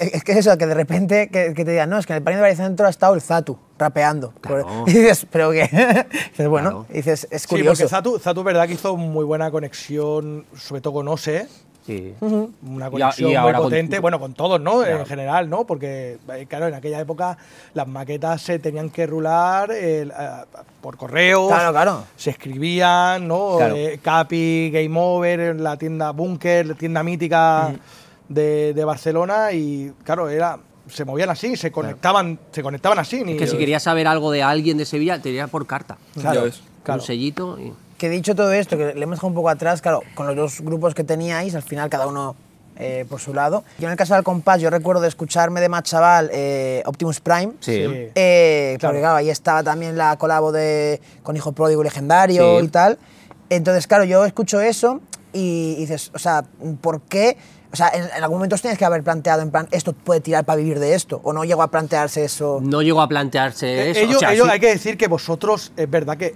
B: eh, Es que eso, que de repente que, que te digan, no, es que en el parque de Baricentro ha estado el Zatu rapeando.
D: Claro.
B: Y dices, pero que. dices, bueno,
D: Claro.
B: y dices, es
C: Sí,
B: curioso.
C: porque Zatu, Zatu, verdad que hizo muy buena conexión, sobre todo con OSE.
F: eh,
D: sí.
C: Una
D: Y a-
C: conexión
D: y
C: muy
D: ahora con-
C: potente, bueno, con todos, ¿no? En general, ¿no? Porque, eh, claro, en aquella época las maquetas se tenían que rular eh, la- por correo.
B: Claro, claro.
C: Se escribían, ¿no?
D: Claro.
C: Eh, Capi, Game Over, la tienda Bunker, la tienda mítica
D: Mm.
C: de, de Barcelona y, claro, era se movían así, se conectaban, se conectaban así. ni-
D: Que si querías saber algo de alguien de Sevilla, te iría por carta.
A: Ya ves.
C: Claro.
D: Un sellito y...
B: Que dicho todo esto, que le hemos dejado un poco atrás, claro, con los dos grupos que teníais, al final cada uno eh, por su lado. Yo en el caso del compás, yo recuerdo de escucharme de más chaval eh, Optimus Prime.
C: Sí.
B: Eh,
C: Claro.
B: Porque claro, ahí estaba también la colabo de, con Hijo Pródigo y Legendario
D: Sí.
B: y tal. Entonces, claro, yo escucho eso y dices, o sea, ¿por qué? O sea, en, en algún momento os tenías que haber planteado, en plan, esto puede tirar para vivir de esto, o no llegó a plantearse eso.
D: No llegó a plantearse
C: Eh,
D: eso.
C: ellos,
D: o sea,
C: ellos
D: sí-
C: hay que decir que vosotros, es verdad que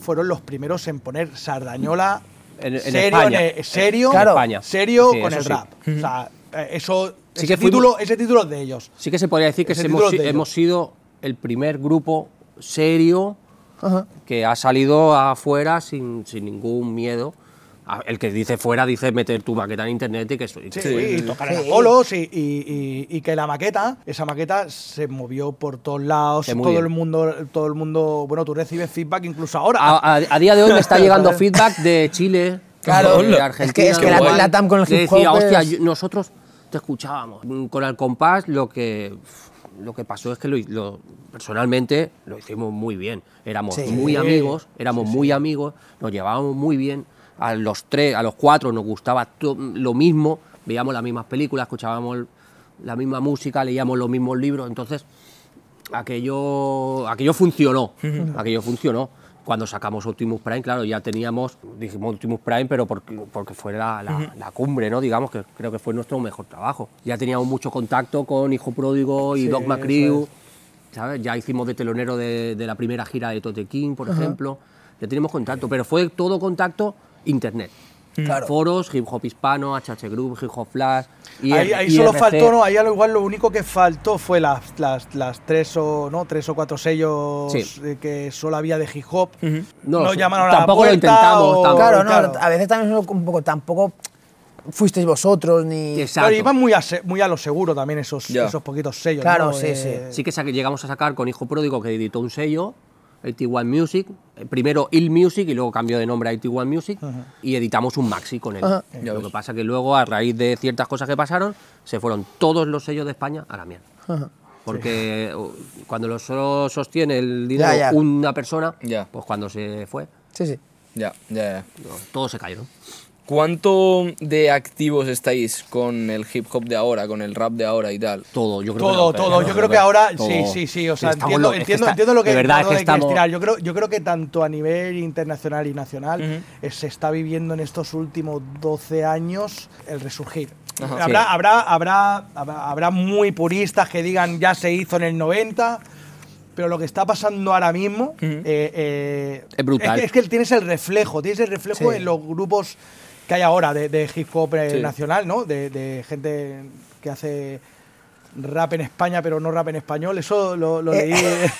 C: fueron los primeros en poner Sardañola
D: En- en
C: serio,
D: España.
C: en- eh, serio,
D: En Claro. España.
C: serio
D: Sí,
C: con
D: eso
C: el
D: sí.
C: rap. O sea, eh, eso,
D: Sí
C: ese,
D: que fuimos-
C: título, ese título es de ellos.
D: Sí que se podría decir que
C: Ese
D: se
C: título
D: hemos,
C: es de ellos.
D: hemos sido el primer grupo serio que ha salido afuera sin, sin ningún miedo. A- El que dice fuera dice meter tu maqueta en internet y que eso. y
C: Sí,
D: que eso-
C: y tocar
B: Sí.
C: en bolos y, y- y- y que la maqueta, esa maqueta se movió por todos lados,
D: Que muy
C: todo
D: bien.
C: el mundo, todo el mundo, bueno, tú recibes feedback incluso ahora.
D: A, a- a día de hoy me está llegando feedback de Chile,
B: Claro.
D: de Argentina.
B: Es que- es que
D: de
B: la-
D: Uruguay.
B: la TAM con el
D: Le
B: hip hop
D: decía, hostia,
B: es-
D: yo- nosotros te escuchábamos. Mm, Con el compás lo que, lo que pasó es que lo, hi- lo- personalmente lo hicimos muy bien. Éramos
B: Sí.
D: muy amigos, éramos muy amigos, nos llevábamos muy bien. A los tres, a los cuatro nos gustaba to- lo mismo, veíamos las mismas películas, escuchábamos el- la misma música, leíamos los mismos libros, entonces aquello, aquello funcionó, aquello funcionó. Cuando sacamos Optimus Prime, claro, ya teníamos, dijimos Optimus Prime, pero porque, porque fue la, la- la cumbre, ¿no? Digamos que creo que fue nuestro mejor trabajo. Ya teníamos mucho contacto con Hijo Pródigo y
C: Sí,
D: Dogma
C: eso
D: Crew, ¿sabes? Ya hicimos de telonero de, de la primera gira de Tote King, por ejemplo. Ya teníamos contacto, pero fue todo contacto internet.
C: Mm.
F: Foros, hip hop hispano, HH Group, hip hop flash. y
C: Ahí, ahí solo faltó, no, ahí a lo igual lo único que faltó fue las, las, las tres o no tres o cuatro sellos
F: Sí.
C: eh, que solo había de hip hop.
F: No
C: No,
F: lo sé.
C: llamaron a la
F: Tampoco lo
C: puerta
F: intentamos,
C: o-
F: tampoco.
B: Claro, no, a veces también es un poco, tampoco fuisteis vosotros ni...
F: Exacto.
C: Claro, iban muy a, se- muy a lo seguro también esos,
A: Ya.
C: esos poquitos sellos.
B: Claro,
C: ¿no?
B: sí,
C: Eh,
F: Sí que sa- llegamos a sacar con Hijo Pródigo, que editó un sello, 81 Music, eh, primero Il Music y luego cambió de nombre a 81 Music, y editamos un maxi con él.
A: Ya
F: Lo
A: ves.
F: que pasa que luego, a raíz de ciertas cosas que pasaron, se fueron todos los sellos de España a la mierda.
D: eh,
F: Porque uh, cuando lo solo sostiene el dinero
B: Ya, ya.
F: una persona,
A: Ya.
F: pues cuando se fue,
B: Sí, sí.
A: Ya, ya, ya.
F: no, todos se cayeron.
A: ¿Cuánto de activos estáis con el hip hop de ahora, con el rap de ahora y tal?
F: Todo, yo creo que
C: Todo,
F: no,
C: todo.
F: no,
C: Yo creo que
A: no.
C: ahora
F: Todo.
C: sí, sí, sí. O sea,
F: Estamos
C: entiendo,
F: lo- es que
C: entiendo,
F: está-
C: entiendo lo que,
F: de verdad
C: entiendo
F: es que
C: lo quieres
F: estamos-
C: tirar. Yo creo, yo creo que tanto a nivel internacional y nacional eh, se está viviendo en estos últimos 12 años el resurgir. habrá,
F: Sí.
C: habrá, habrá, habrá, habrá muy puristas que digan ya se hizo en el 90. Pero lo que está pasando ahora mismo eh, eh,
F: Es brutal.
C: que- Es que, tienes el reflejo, tienes el reflejo
B: Sí.
C: en los grupos que hay ahora de, de hip hop eh,
A: Sí.
C: nacional, ¿no? De, de gente que hace rap en España, pero no rap en español. Eso lo,
F: Eh.
C: lo leí. eh,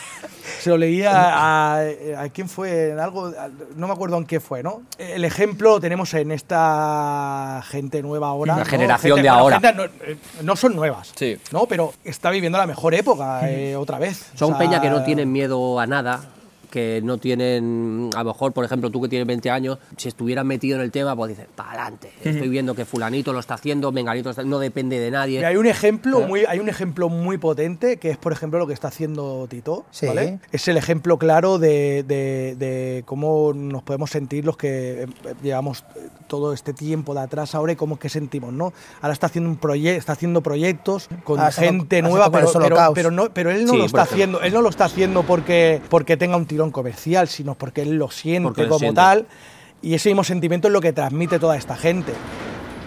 C: se lo leí a, a- a quién fue, en algo, a- no me acuerdo en qué fue, ¿no? El ejemplo lo tenemos en esta gente nueva ahora.
F: La
C: ¿no?
F: generación
C: Gente-
F: de
C: bueno,
F: ahora.
C: gente no, eh, no son nuevas,
A: Sí.
C: ¿no? Pero está viviendo la mejor
F: Mm.
C: época eh, otra vez. O
F: Son
C: sea,
F: peña que no tienen miedo a nada, que no tienen, a lo mejor, por ejemplo, tú que tienes 20 años, si estuvieras metido en el tema, pues dices, para adelante, estoy viendo que fulanito lo está haciendo, menganito lo está- no depende de nadie.
C: Mira, hay un ejemplo muy, hay un ejemplo muy potente que es, por ejemplo, lo que está haciendo Tito.
B: Sí.
C: ¿vale? Es el ejemplo claro de, de- de cómo nos podemos sentir los que eh, llevamos eh, todo este tiempo de atrás ahora y cómo que sentimos, ¿no? Ahora está haciendo un proyecto, está haciendo proyectos con
B: Ah, se
C: gente
B: toca- se
C: nueva,
B: toca
C: pero,
B: el
C: pero-
B: Holocaust.
C: pero no, pero él no
F: Sí,
C: lo
F: por
C: está
F: ejemplo.
C: haciendo, él no lo está haciendo porque, porque tenga un tirón comercial, sino porque él lo
F: Porque
C: siente
F: lo
C: como
F: siente.
C: tal. Y ese mismo sentimiento es lo que transmite toda esta gente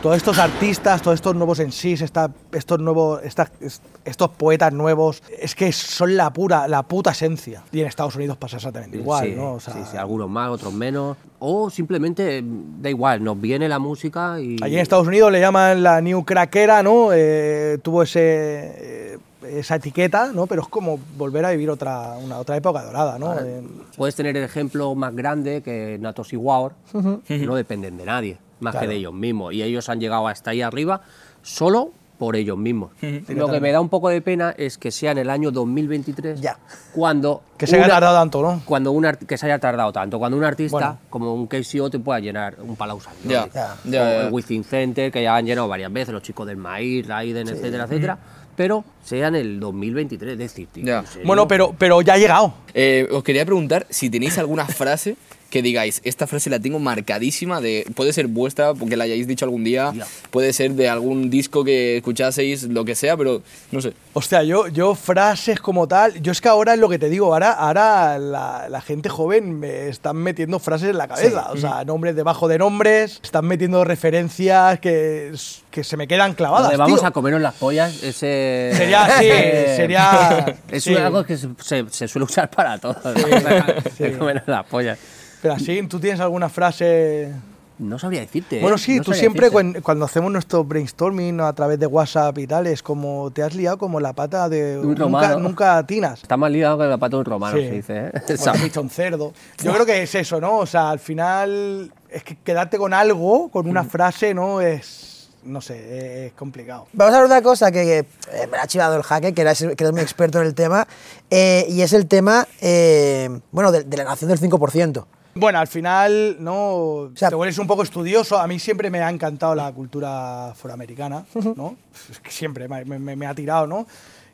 C: todos estos artistas, todos estos nuevos en sí, esta- estos nuevos, esta- es- estos poetas nuevos, es que son la pura, la puta esencia. Y en Estados Unidos pasa exactamente igual,
F: Sí,
C: ¿no? O sea,
F: sí, sí, algunos más, otros menos. O simplemente, mm, da igual, nos viene la música y...
C: Allí en Estados Unidos le llaman la new crackera, ¿no? Eh, tuvo ese eh, esa etiqueta, ¿no? Pero es como volver a vivir otra, una, otra época dorada, ¿no? Eh, En-
F: Puedes tener el ejemplo más grande que Natos y Waor, no dependen de nadie, más que de ellos mismos. Y ellos han llegado hasta ahí arriba solo por ellos mismos. Lo que me da un poco de pena es que sea en el año 2023
B: Ya.
F: cuando...
C: que se haya
F: una-
C: tardado tanto, ¿no?
F: Cuando un art- que se haya tardado tanto, cuando un artista
C: Bueno.
F: como un KCO te pueda llenar un Palau Sant Jordi.
A: Ya,
B: Ya.
A: ya,
F: O
A: ya.
C: Oh,
F: el Within Center, que ya han llenado varias veces, los chicos del Maíz, Raiden, etcétera, etcétera. Pero sea en el 2023, es decir, tío,
A: Ya.
F: ¿en serio?
C: Bueno, pero, pero ya ha llegado.
A: Eh, os quería preguntar si tenéis alguna frase que digáis, esta frase la tengo marcadísima, de, puede ser vuestra, porque la hayáis dicho algún día,
F: Ya.
A: puede ser de algún disco que escuchaseis, lo que sea, pero no sé.
C: Hostia, yo, yo frases como tal, yo es que ahora es lo que te digo, ahora, ahora la, la gente joven me están metiendo frases en la cabeza, o sea, nombres debajo de nombres, están metiendo referencias que, s- que se me quedan
F: Lo de
C: clavadas.
F: vamos
C: tío.
F: a comernos las pollas, ese...
C: Sería, sí,
F: ese-
C: sería...
F: Es
C: sí.
F: algo que se, se- se suele usar para todo. ¿no? De comernos las pollas.
C: Pero así, ¿tú tienes alguna frase...?
F: No sabría decirte. ¿eh?
C: Bueno, sí,
F: No
C: tú
F: sabría
C: siempre
F: decirte.
C: cuen- cuando hacemos nuestro brainstorming a través de WhatsApp y tal, es como te has liado como la pata de...
F: un
C: nunca,
F: romano.
C: nunca atinas.
F: Está más liado que el pato de un romano,
C: Sí.
F: se dice. ¿eh?
C: Bueno, has
F: Exacto.
C: dicho un cerdo. Yo creo que es eso, ¿no? O sea, al final es que quedarte con algo, con una frase, ¿no? Es, no sé, e-, es complicado.
B: Vamos a hablar de una cosa que, que, eh, me la ha chivado el jaque, que eres, que eres muy experto en el tema, eh, y es el tema, eh, bueno, de, de la nación del 5%.
C: Bueno, al final, ¿no?
B: sea-
C: te vuelves un poco estudioso. A mí siempre me ha encantado la cultura afroamericana, ¿no? Es que siempre me, me- me ha tirado, ¿no?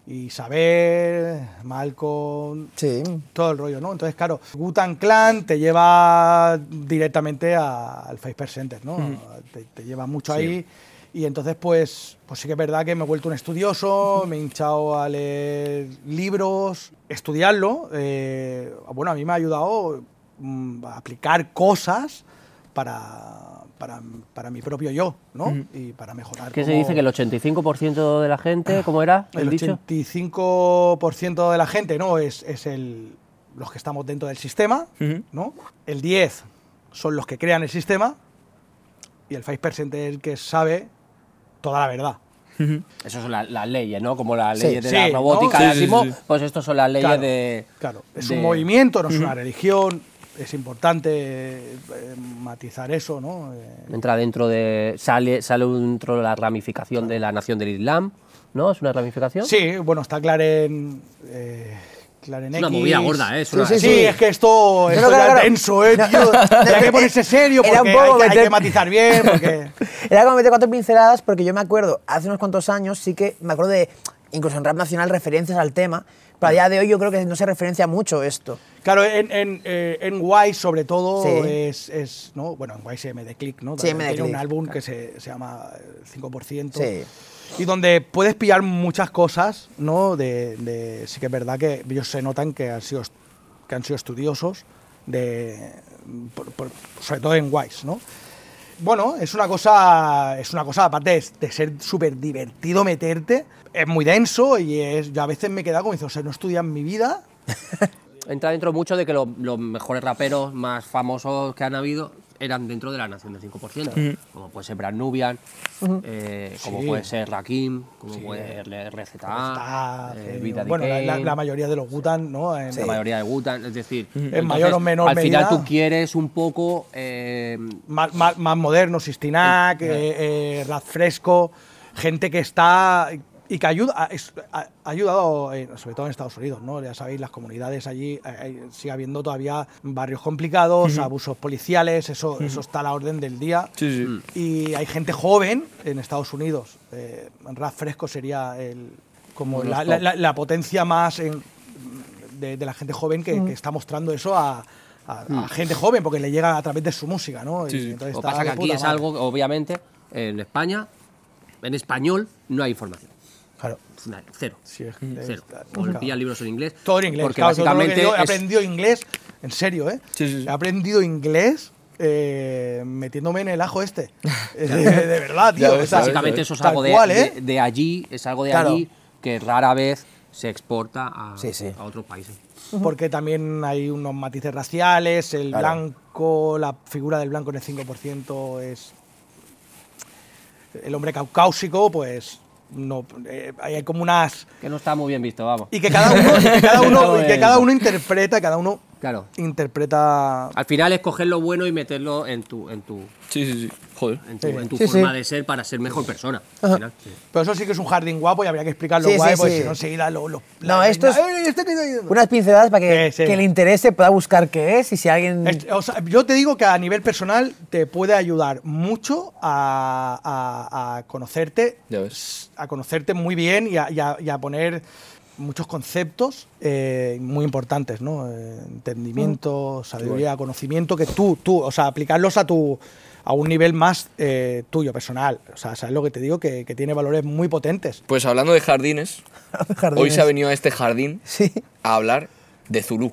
C: Y saber, Malcolm,
B: Sí.
C: todo el rollo, ¿no? Entonces, claro, Gutan Clan te lleva directamente a- al Face Percentage, ¿no? te, te lleva mucho ahí. Y entonces, pues, pues sí que es verdad que me he vuelto un estudioso, me he hinchado a leer libros, estudiarlo. eh, bueno, a mí me ha ayudado mm, a aplicar cosas para, para, para mi propio yo, ¿no? Y para mejorar.
F: ¿Qué se
C: como-
F: dice? Que el 85% de la gente, ¿cómo era? El,
C: el
F: dicho.
C: 85% de la gente no es, es el, los que estamos dentro del sistema, ¿no? El 10 son los que crean el sistema y el 5% es el que sabe toda la verdad.
F: Eso son la- las leyes, ¿no? Como las
B: Sí.
F: leyes de la
C: Sí, ¿no?
F: robótica,
C: Sí,
F: ahora
C: sí,
F: mismo,
C: sí.
F: pues estos son las leyes
C: Claro,
F: de.
C: claro. es
F: de-
C: un movimiento, no es una religión, es importante eh, matizar eso, ¿no? Eh,
F: Entra dentro de. Sale, sale dentro de la ramificación de la nación del Islam, ¿no? ¿Es una ramificación?
C: sí, bueno, está Claren. eh, Claren
F: Es una
C: X.
F: movida gorda, ¿eh? Es
B: Sí,
F: una-
C: Sí, es que esto, esto
B: claro,
C: ya
B: claro.
C: es denso, ¿eh, tío? Ya hay que ponerse serio
B: Era
C: porque
B: un poco
C: hay, que- hay
B: meter-
C: que matizar bien, porque...
B: Era como meter cuatro pinceladas porque yo me acuerdo, hace unos cuantos años sí que me acuerdo de, incluso en Rap Nacional, referencias al tema, pero a día de hoy yo creo que no se referencia mucho esto.
C: Claro, en, en, eh, en Guay sobre todo
B: Sí.
C: es, es, ¿no? Bueno, en Guay se me de click, ¿no?
B: Sí,
C: También
B: MD
C: Tiene un
B: Click,
C: álbum que se, se llama eh, 5%.
B: Sí.
C: Y donde puedes pillar muchas cosas, ¿no? De, de- sí que es verdad que ellos se notan que han sido, est- que han sido estudiosos, de, por- por- sobre todo en Wise, ¿no? Bueno, es una cosa, es una cosa aparte de, de ser súper divertido meterte, es muy denso y es, yo a veces me he quedado como diciendo, o sea, no estudian mi vida.
F: Entra dentro mucho de que los, los mejores raperos más famosos que han habido eran dentro de la nación del 5%. Como puede ser Brad Nubian, eh, como
C: Sí.
F: puede ser Rakim, como puede ser RZA,
C: Está,
F: eh,
C: eh,
F: Vida de
C: bueno, la, la-
F: Kane.
C: la mayoría de los Gutan, ¿no? En-
F: la mayoría de Gutan, es decir,
C: En mayor o menor
F: al final
C: medida.
F: tú quieres un poco eh,
C: Más, más, más modernos, Sistinac, eh, eh, Rap Fresco, gente que está y que ayuda, ha- es- ha ha ayudado, eh, sobre todo en Estados Unidos, ¿no? Ya sabéis, las comunidades allí eh, eh, sigue habiendo todavía barrios complicados, abusos policiales, eso, eso está a la orden del día.
A: Sí, sí.
C: Y hay gente joven en Estados Unidos. Eh, Rap Fresco sería el, como la, la- la- la potencia más en- de, de la gente joven que, que está mostrando eso a, a- a gente joven, porque le llega a través de su música, ¿no? Y
A: Sí, sí.
C: entonces
F: Lo que
C: está
F: pasa que
C: de
F: aquí
C: puta
F: es
C: madre.
F: algo, que, obviamente, en España, en español, no hay información.
C: Claro.
F: Es una- Cero. Mm,
C: Sí, es-
F: Cero.
C: está-
F: Volvía libros en inglés.
C: Todo en inglés.
F: Porque
C: claro, todo lo que
F: básicamente.
C: digo, he
F: es-
C: aprendido inglés, en serio, ¿eh?
A: Sí, sí, sí.
C: He aprendido inglés eh, metiéndome en el ajo este. Eh, de, de verdad, tío.
A: Ya
C: o
A: ves,
C: sea,
F: Básicamente eso es
C: tal
F: algo de,
C: cual, ¿eh?
F: de- de allí, es algo de
C: Claro.
F: allí que rara vez se exporta a,
B: Sí, sí.
F: a otros países.
C: porque también hay unos matices raciales, el
B: Claro.
C: blanco, la figura del blanco en el 5% es el hombre caucásico, pues no eh, hay como unas
F: Que no está muy bien visto, vamos.
C: y que cada uno, y que cada uno,
B: eh.
C: y que cada
F: Bueno.
C: uno interpreta, cada uno
F: Claro.
C: interpreta
F: Al final es coger lo bueno y meterlo en tu, en tu,
A: Sí, sí, sí. Joder.
F: en tu,
C: Sí.
F: en tu
B: Sí, sí.
F: forma de ser para ser mejor persona. Al final.
C: pero eso sí que es un jardín guapo y habría que explicarlo
B: Sí,
C: guay,
B: sí,
C: porque
B: sí.
C: si no enseguida lo, lo-
B: No,
C: la-
B: esto es-
C: ¡Ay, este que-
B: Unas pinceladas para que
C: Sí, sí.
B: quien le interese pueda buscar qué es y si alguien...
C: Es- o sea, yo te digo que a nivel personal te puede ayudar mucho a, a- a conocerte,
A: Ya ves.
C: a conocerte muy bien y a, y a- y a poner muchos conceptos eh, muy importantes, ¿no? Eh, Entendimiento, sabiduría, conocimiento que tú, tú, o sea, aplicarlos a tu a un nivel más eh, tuyo, personal. O sea, sabes lo que te digo, que, que tiene valores muy potentes.
A: Pues hablando de jardines, hoy
B: Jardines.
A: se ha venido a este jardín
B: Sí.
A: a hablar de Zulu.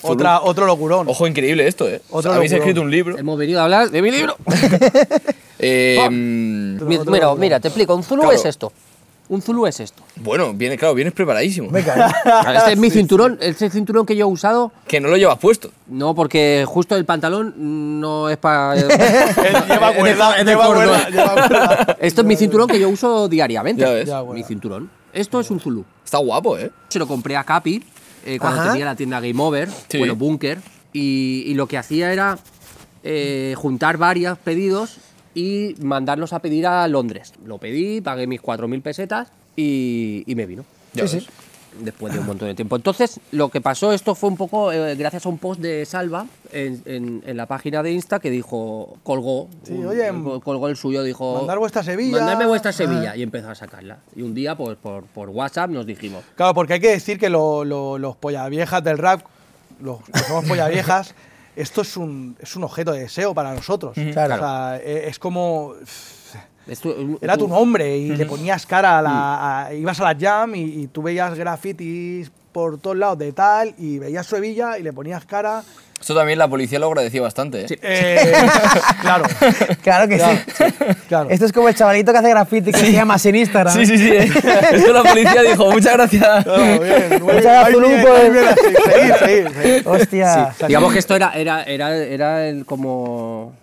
A: Zulu.
C: Otra, otro locurón.
A: Ojo, increíble esto, ¿eh? O sea,
C: Otro
A: habéis
C: locurón.
A: escrito un libro.
F: Hemos venido a hablar de mi libro.
A: Eh,
F: Ah.
A: mm,
F: Mi- mira, mira, te explico. Un Zulu
A: Claro.
F: es esto. Un Zulu es esto.
A: bueno, viene, claro, vienes preparadísimo.
F: Este es mi cinturón. Este es el cinturón que yo he usado.
A: Que no lo llevas puesto.
F: No, porque justo el pantalón no es para.
C: Lleva cuerda, lleva cuerda, lleva cuerda.
F: Esto es mi cinturón que yo uso diariamente.
A: Ya ves.
C: Ya, bueno.
F: Mi cinturón. Esto es un Zulu.
A: Está guapo, ¿eh?
F: Se lo compré a Capi eh, cuando
B: Ajá.
F: tenía la tienda Game Over,
A: Sí.
F: bueno, Bunker. Y, y lo que hacía era eh, juntar varios pedidos y mandarlos a pedir a Londres. Lo pedí, pagué mis 4.000 pesetas y, y me vino.
A: Ya ves.
F: Después de un montón de tiempo. Entonces, lo que pasó, esto fue un poco eh, gracias a un post de Salva en, en- en la página de Insta que dijo, colgó,
C: Sí,
F: un-
C: oye,
F: colgó el suyo, dijo...
C: mandar vuestra Sevilla.
F: Mandarme vuestra
C: Ah.
F: Sevilla. Y empezó a sacarla. Y un día, pues, por, por WhatsApp nos dijimos,
C: Claro, porque hay que decir que lo- lo- los pollaviejas del rap, los que somos pollaviejas, esto es un, es un objeto de deseo para nosotros.
B: Claro.
C: O sea, e- es como.
F: Es tu- un-
C: Era tu
F: un-
C: nombre y le ponías cara a la. a- ibas a la jam y, y tú veías grafitis por todos lados de tal y veías Sevilla y le ponías cara.
A: Esto también la policía lo agradeció bastante, ¿eh?
C: Eh, claro,
B: Claro que sí.
C: claro.
B: Esto es como el chavalito que hace graffiti que se llama en Instagram.
A: Sí, sí, sí. ¿eh? Esto la policía dijo, muchas gracias.
C: Claro, bien, muy
B: Muchas
C: bien,
B: gracias,
C: muy bien,
B: Lupo.
C: muy bien, así, seguid, seguid, seguid.
B: Hostia.
F: Digamos que esto era, era, era, era el como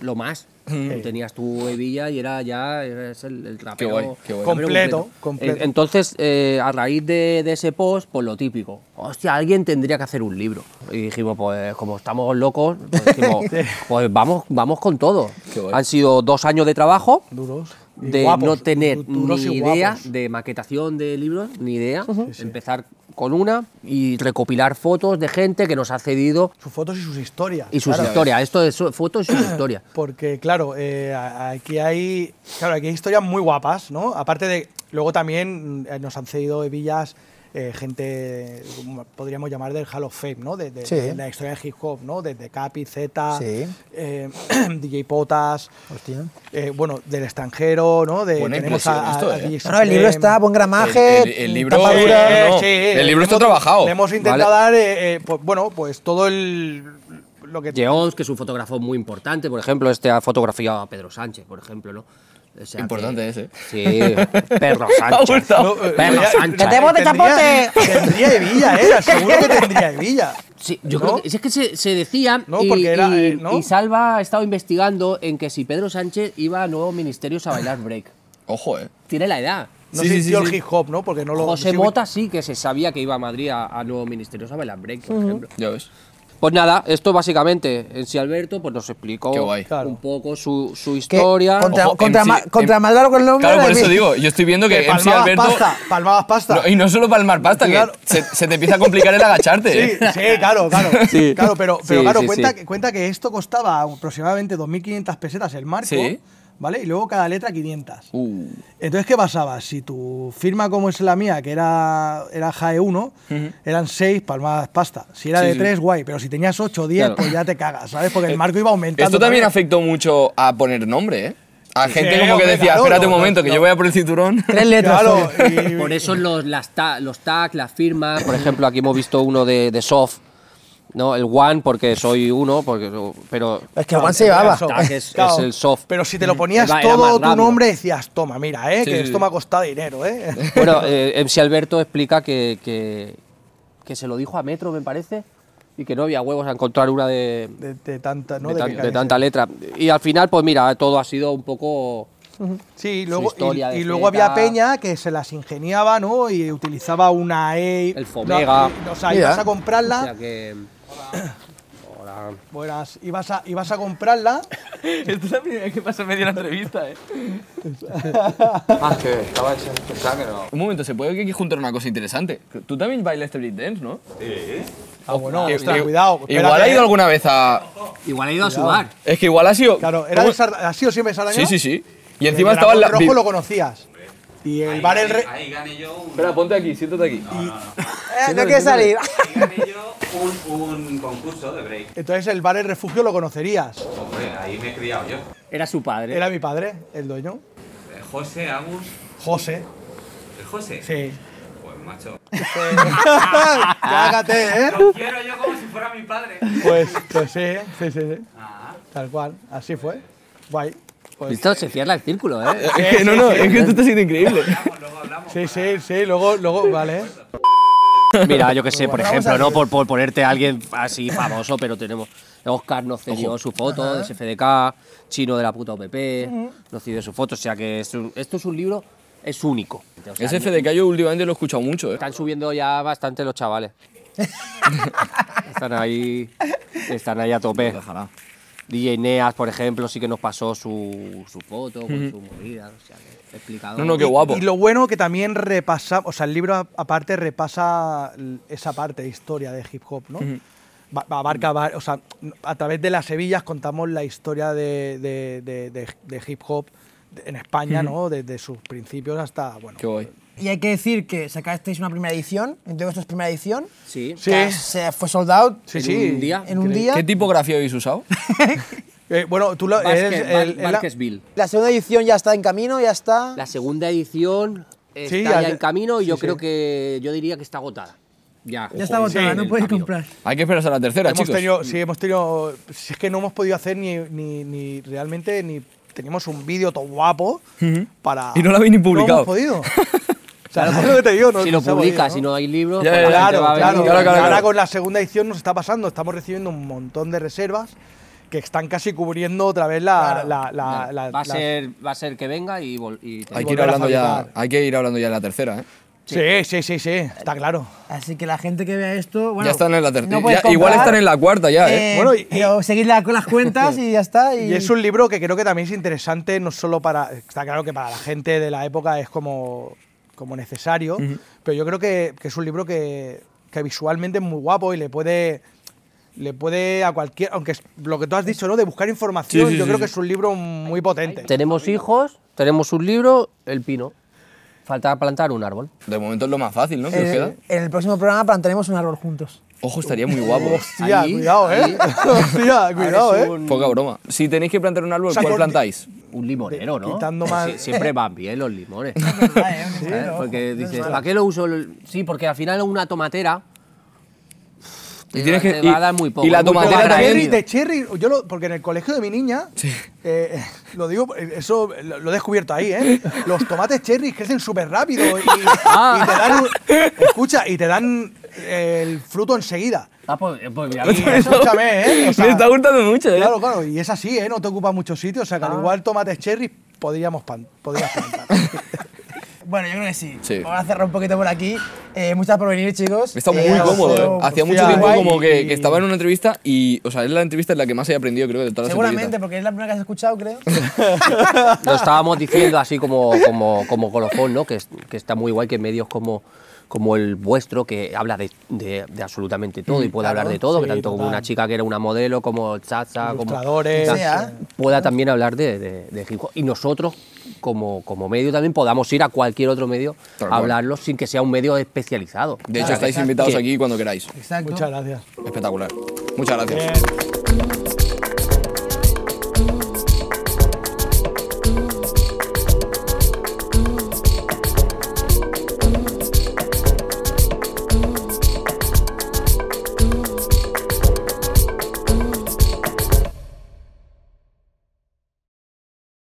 F: lo más. Tú tenías tu hebilla y era ya eres el, el rapero
A: guay, qué guay.
F: rapero
C: Completo, completo.
F: En- Entonces, eh, a raíz de, de ese post, pues lo típico. Hostia, alguien tendría que hacer un libro. Y dijimos, pues como estamos locos, pues, dijimos, pues vamos, vamos con todo.
A: Qué guay.
F: Han sido dos años de trabajo
C: Duros. y
F: de
C: guapos,
F: no tener
C: du- duros
F: ni
C: y
F: idea
C: guapos.
F: de maquetación de libros, ni idea. Empezar con una y recopilar fotos de gente que nos ha cedido
C: Sus fotos y sus historias.
F: y sus
C: claro.
F: historias. Esto es su- fotos y sus historias.
C: Porque, claro, eh, a- aquí hay. Claro, aquí hay historias muy guapas, ¿no? Aparte de. Luego también mm, eh, nos han cedido hebillas. eh, gente, como podríamos llamar del Hall of Fame, ¿no? De, de-
B: Sí.
C: de la historia del hip hop, ¿no? Desde Capi, Z,
B: Sí.
C: eh, DJ Potas,
B: Hostia.
C: eh, bueno, del extranjero, ¿no? De,
A: Buena
C: tenemos
A: inclusión
C: a, a-
A: esto,
C: a
A: ¿eh?
C: DJ
B: No, no, el libro
C: Supreme.
B: está a buen gramaje.
A: El- el- el libro-
C: eh, Sí,
A: Tapa dura, no, no. El libro está
C: Hemos-
A: trabajado.
C: Le hemos intentado dar, eh, eh, pues, bueno, pues todo el. Lo que
F: Jeons, que es un fotógrafo muy importante, por ejemplo, este ha fotografiado a Pedro Sánchez, por ejemplo, ¿no? O sea que-
A: Importante ¿eh? ese.
F: Sí, Pedro Sánchez.
A: gustado.
C: No, eh,
F: Perro
C: ya-
F: Sánchez.
C: ya
F: ¡Que te
B: bote,
C: tendría-
B: chapote!
C: Tendría hebilla, ¿eh? Seguro que tendría hebilla.
F: Sí, yo
C: ¿No?
F: creo que, si es que se, se decía
C: No,
F: y,
C: porque era,
F: y-
C: eh, ¿no?
F: y Salva ha estado investigando en que si Pedro Sánchez iba a nuevos ministerios a bailar break.
A: Ojo, eh.
F: Tiene la edad.
C: No
A: Sí, sí,
C: sintió
A: sí,
C: el
A: sí.
C: hip hop, ¿no? Porque no lo.
F: José
C: sí,
F: Mota sí que se sabía que iba a Madrid a, a nuevos ministerios a bailar break, por ejemplo.
A: Ya ves.
F: Pues nada, esto básicamente, en sí Alberto pues nos explicó
A: Qué guay.
C: Claro.
F: un poco su, su
B: que
F: historia.
B: Contra,
A: Ojo,
B: contra,
A: MC
B: ma- contra
A: em-
B: más largo el nombre.
A: Claro, por
B: la-
A: eso digo, yo estoy viendo que
C: Que
A: MC
C: palmabas
A: Alberto.
C: pasta, palmabas pasta.
A: No, y no solo palmar pasta,
C: Claro.
A: que se, se te empieza a complicar el agacharte.
C: Sí,
A: eh.
C: sí, claro, claro.
F: Sí.
C: Claro, pero, pero
F: Sí,
C: claro,
F: sí,
C: cuenta,
F: sí.
C: Que, cuenta que esto costaba aproximadamente 2.500 pesetas el marco,
A: Sí.
C: ¿vale? Y luego cada letra 500.
A: Uh,
C: Entonces, ¿qué pasaba? Si tu firma como es la mía, que era, era JAE 1, eran 6 palmadas pasta. Si era
A: Sí,
C: de
A: sí. Eh,
C: 3, guay. Pero si tenías 8 o 10,
F: Claro.
C: pues ya te cagas, ¿sabes? Porque el marco iba aumentando.
A: Esto también afectó mucho a poner nombre, ¿eh? A gente como que
C: hombre,
A: decía,
C: claro,
A: espérate
C: no,
A: un
C: no,
A: momento, que
C: no.
A: yo voy a por el cinturón.
B: Tres letras.
C: Claro,
B: solo.
C: y-
F: Por eso los, las ta- los tags, las firmas, por ejemplo, aquí hemos visto uno de, de soft, ¿no? El one, porque soy uno, porque pero
B: Es que Juan se llevaba.
C: Eso,
F: Tag es-
C: claro.
F: es el soft.
C: Pero si te lo ponías
F: Era- era más
C: todo tu
F: rápido.
C: nombre, decías, toma, mira, eh,
A: Sí,
C: que
A: sí,
C: esto
A: sí.
C: me ha costado dinero, eh.
F: Bueno, eh, MC Alberto explica que, que, que se lo dijo a Metro, me parece, y que no había huevos a encontrar una de,
C: De, de tanta, ¿no?
F: de,
C: De
F: tan-
C: que
F: de
C: carece.
F: tanta letra. Y al final, pues mira, todo ha sido un poco...
C: Sí, luego, y,
F: historia de
C: y luego
F: Zeta.
C: había Peña que se las ingeniaba, ¿no? Y utilizaba una E.
F: El Fomega.
C: No, o sea,
B: Mira.
C: ibas a comprarla.
F: O sea que... Hola.
C: Buenas, ibas a, ibas a comprarla.
E: Esto es la primera vez que pasa en medio de la entrevista, eh.
A: Un momento, se puede que juntar una cosa interesante. Tú también bailas breakdance, ¿no?
C: Ah, bueno,
A: Eh,
C: ostras,
A: eh,
C: cuidado.
A: Igual
C: espérate,
A: ha
C: eh.
A: ido alguna vez a.
F: Igual ha ido a su bar.
A: Es que igual ha sido.
C: Claro, era
A: ¿Cómo?
C: de Sar- ¿ha sido siempre Sardañola?
A: Sí, sí, sí. Y
C: El
A: encima estaba
C: Dragón
A: la.
C: rojo lo conocías. Y el bar el Re-
G: Ahí gané yo un,
A: Espera, ponte aquí, siéntate aquí.
B: Eh, no quiere salir.
G: ahí gané yo un, un concurso de break.
C: Entonces el bar el refugio lo conocías.
G: Hombre, ahí me he criado yo.
F: Era su padre.
C: Era mi padre, el dueño.
G: Eh, José Agus.
C: José.
G: ¿El José?
C: Sí.
G: Pues macho.
C: Cágate, ¿eh?
G: Lo quiero yo como si fuera mi padre.
C: Pues, pues sí, sí, sí, sí.
G: Ah,
C: Tal cual. Así fue. Guay. Pues,
F: Esto se cierra el círculo, ¿eh?
A: Es
C: Ah,
A: que no, no, es que esto está siendo increíble.
C: sí, sí, sí. Luego, luego, vale.
F: Mira, yo que sé, por
B: Vamos
F: ejemplo,
B: a
F: ¿no?
B: ver.
F: Por, por ponerte a alguien así famoso, pero tenemos. Oscar nos cedió su foto de SFDK, Chino de la puta OPP, nos cedió su foto, o sea que es un- esto es un libro, es único. O sea,
A: Ese FDK yo últimamente lo he escuchado mucho, eh.
F: Están subiendo ya bastante los chavales. están ahí. Están ahí a tope. DJ Neas, por ejemplo, sí que nos pasó su, su foto con su movida, o sea que explicado.
A: No, no, qué guapo.
C: Y lo bueno que también repasa, o sea, el libro a- aparte repasa l- esa parte de historia de hip hop, ¿no? Ba- Abarca, va- o sea, a través de las Sevillas contamos la historia de, de- de- de- de hip hop en España, ¿no? Desde sus principios hasta, bueno.
A: Qué guay.
B: Y hay que decir que sacasteis una primera edición. Entonces, esto es primera edición.
F: Sí.
C: Sí.
B: que Se fue sold out
C: Sí,
F: En
C: sí.
F: un día.
B: en un día.
A: ¿Qué tipografía habéis usado?
C: Eh, bueno, tú lo.
F: Vázquez-
C: eres
F: Vá-
C: el- el-
F: Vázquezville.
B: La segunda edición ya está en camino, ya está.
F: La segunda edición está
C: Sí,
F: ya
C: ya-
F: en camino y
C: sí,
F: yo
C: sí.
F: creo que yo diría que está agotada. Ya.
B: Ya está agotada,
F: Sí,
B: no
F: el
B: puedes
F: camino.
B: comprar.
A: Hay que esperarse a la tercera,
C: hemos
A: chicos.
C: tenido, sí, hemos tenido. Si es que no hemos podido hacer ni, ni, ni realmente ni teníamos un vídeo todo guapo para.
A: Y no lo habéis ni publicado.
C: No hemos podido. O sea, es lo que te digo, no-
F: Si lo
C: no se ha podido,
F: publicas,
C: ¿no?
F: si no hay libros,
A: Ya,
F: pues la
A: ya,
F: gente
C: Claro,
F: va a
C: claro,
F: venir.
A: claro,
C: Y
A: claro,
C: Ahora
A: claro.
C: con la segunda edición nos está pasando, estamos recibiendo un montón de reservas que están casi cubriendo otra vez la.
B: Claro.
C: la- la- la-
F: va, a
C: la-
F: ser, va a ser que venga y, vol- y te-
A: Hay que, ir
C: volver a
A: hablando ya,
C: fabricar.
A: hay que ir hablando ya de la tercera, ¿eh?
C: Sí, sí, sí, sí, está claro.
B: Así que la gente que vea esto. Bueno,
A: ya están en la tercera.
B: no puedes
A: igual
B: comprar,
A: están en la cuarta ya, ¿eh?
B: eh,
C: Bueno, y-
B: pero seguid la- con las cuentas y ya está. Y,
C: Y es un libro que creo que también es interesante, no solo para. Está claro que para la gente de la época es como, como necesario, pero yo creo que, que es un libro que, que visualmente es muy guapo y le puede. Le puede a cualquier. Aunque es lo que tú has dicho, ¿no? De buscar información, yo creo que es un libro muy potente.
F: Tenemos hijos, tenemos un libro, el pino. Falta plantar un árbol.
A: De momento es lo más fácil, ¿no? Que os
B: en,
A: queda.
B: en el próximo programa plantaremos un árbol juntos.
A: Ojo, estaría muy guapo.
C: Hostia,
F: Ahí,
C: cuidado, ¿eh?
F: ahí.
C: Hostia, cuidado,
F: Abres
C: ¿eh?
F: un-
A: Poca broma. Si tenéis que plantar un árbol,
C: sea,
A: ¿cuál
C: por-
A: plantáis?
F: Un limonero, ¿no?
C: Quitando mal-
F: Sí, siempre van bien los limones.
B: Vale, un
F: ¿sabes?
B: libro,
F: Porque
B: ojo, no es
F: dices,
B: malo.
F: ¿para qué lo uso? el- Sí, porque al final una tomatera
A: Y
F: te,
A: tienes que-
F: te va
A: y-
F: a dar muy poco.
A: y la
F: es muy poco
A: tomatera
C: de
A: también-
C: cherry,
F: agradecido.
C: de cherry, yo lo, porque en el colegio de mi niña, eh, lo digo, eh, eso lo, lo he descubierto ahí, ¿eh? Los tomates cherry crecen súper rápido y, y te dan, un- escucha, y te dan eh, el fruto enseguida.
F: Ah, pues, eh, pues mira,
C: Escúchame, ¿eh? O sea,
A: Me está gustando mucho, ¿eh?
C: claro, claro, y es así, ¿eh? No te ocupa mucho sitio, o sea, que al igual tomates cherry podríamos pan, podrías plantar.
B: Bueno, yo creo que sí.
A: Sí.
B: Vamos a cerrar un poquito por aquí. Eh, muchas por venir, chicos.
A: Está muy
B: Eh, ha
A: cómodo,
B: sido-
A: ¿eh? Hacía mucho
C: hostia,
A: tiempo
C: guay.
A: como que, que estaba en una entrevista y, o sea, es la entrevista en la que más he aprendido, creo, de todas las
B: Seguramente,
A: entrevistas.
B: porque es la primera que has escuchado, creo.
F: lo estábamos diciendo así como, como, como colofón, ¿no? Que, es- que está muy guay que medios como, como el vuestro, que habla de, de- de absolutamente todo y puede hablar de todo, que
C: Mm, sí,
F: tanto como
C: total.
F: una chica que era una modelo, como Chacha, como
C: Ilustradores.
F: tal,
B: Sí, ¿ah?
F: pueda también hablar de, de, de hip hop. Y nosotros, como, como medio, también podamos ir a cualquier otro medio
A: Tal
F: a
A: cual.
F: hablarlo sin que sea un medio especializado.
A: De hecho, estáis invitados aquí cuando queráis.
B: Exacto.
C: Muchas gracias.
A: Eh, Espectacular. Muchas gracias.
C: Bien.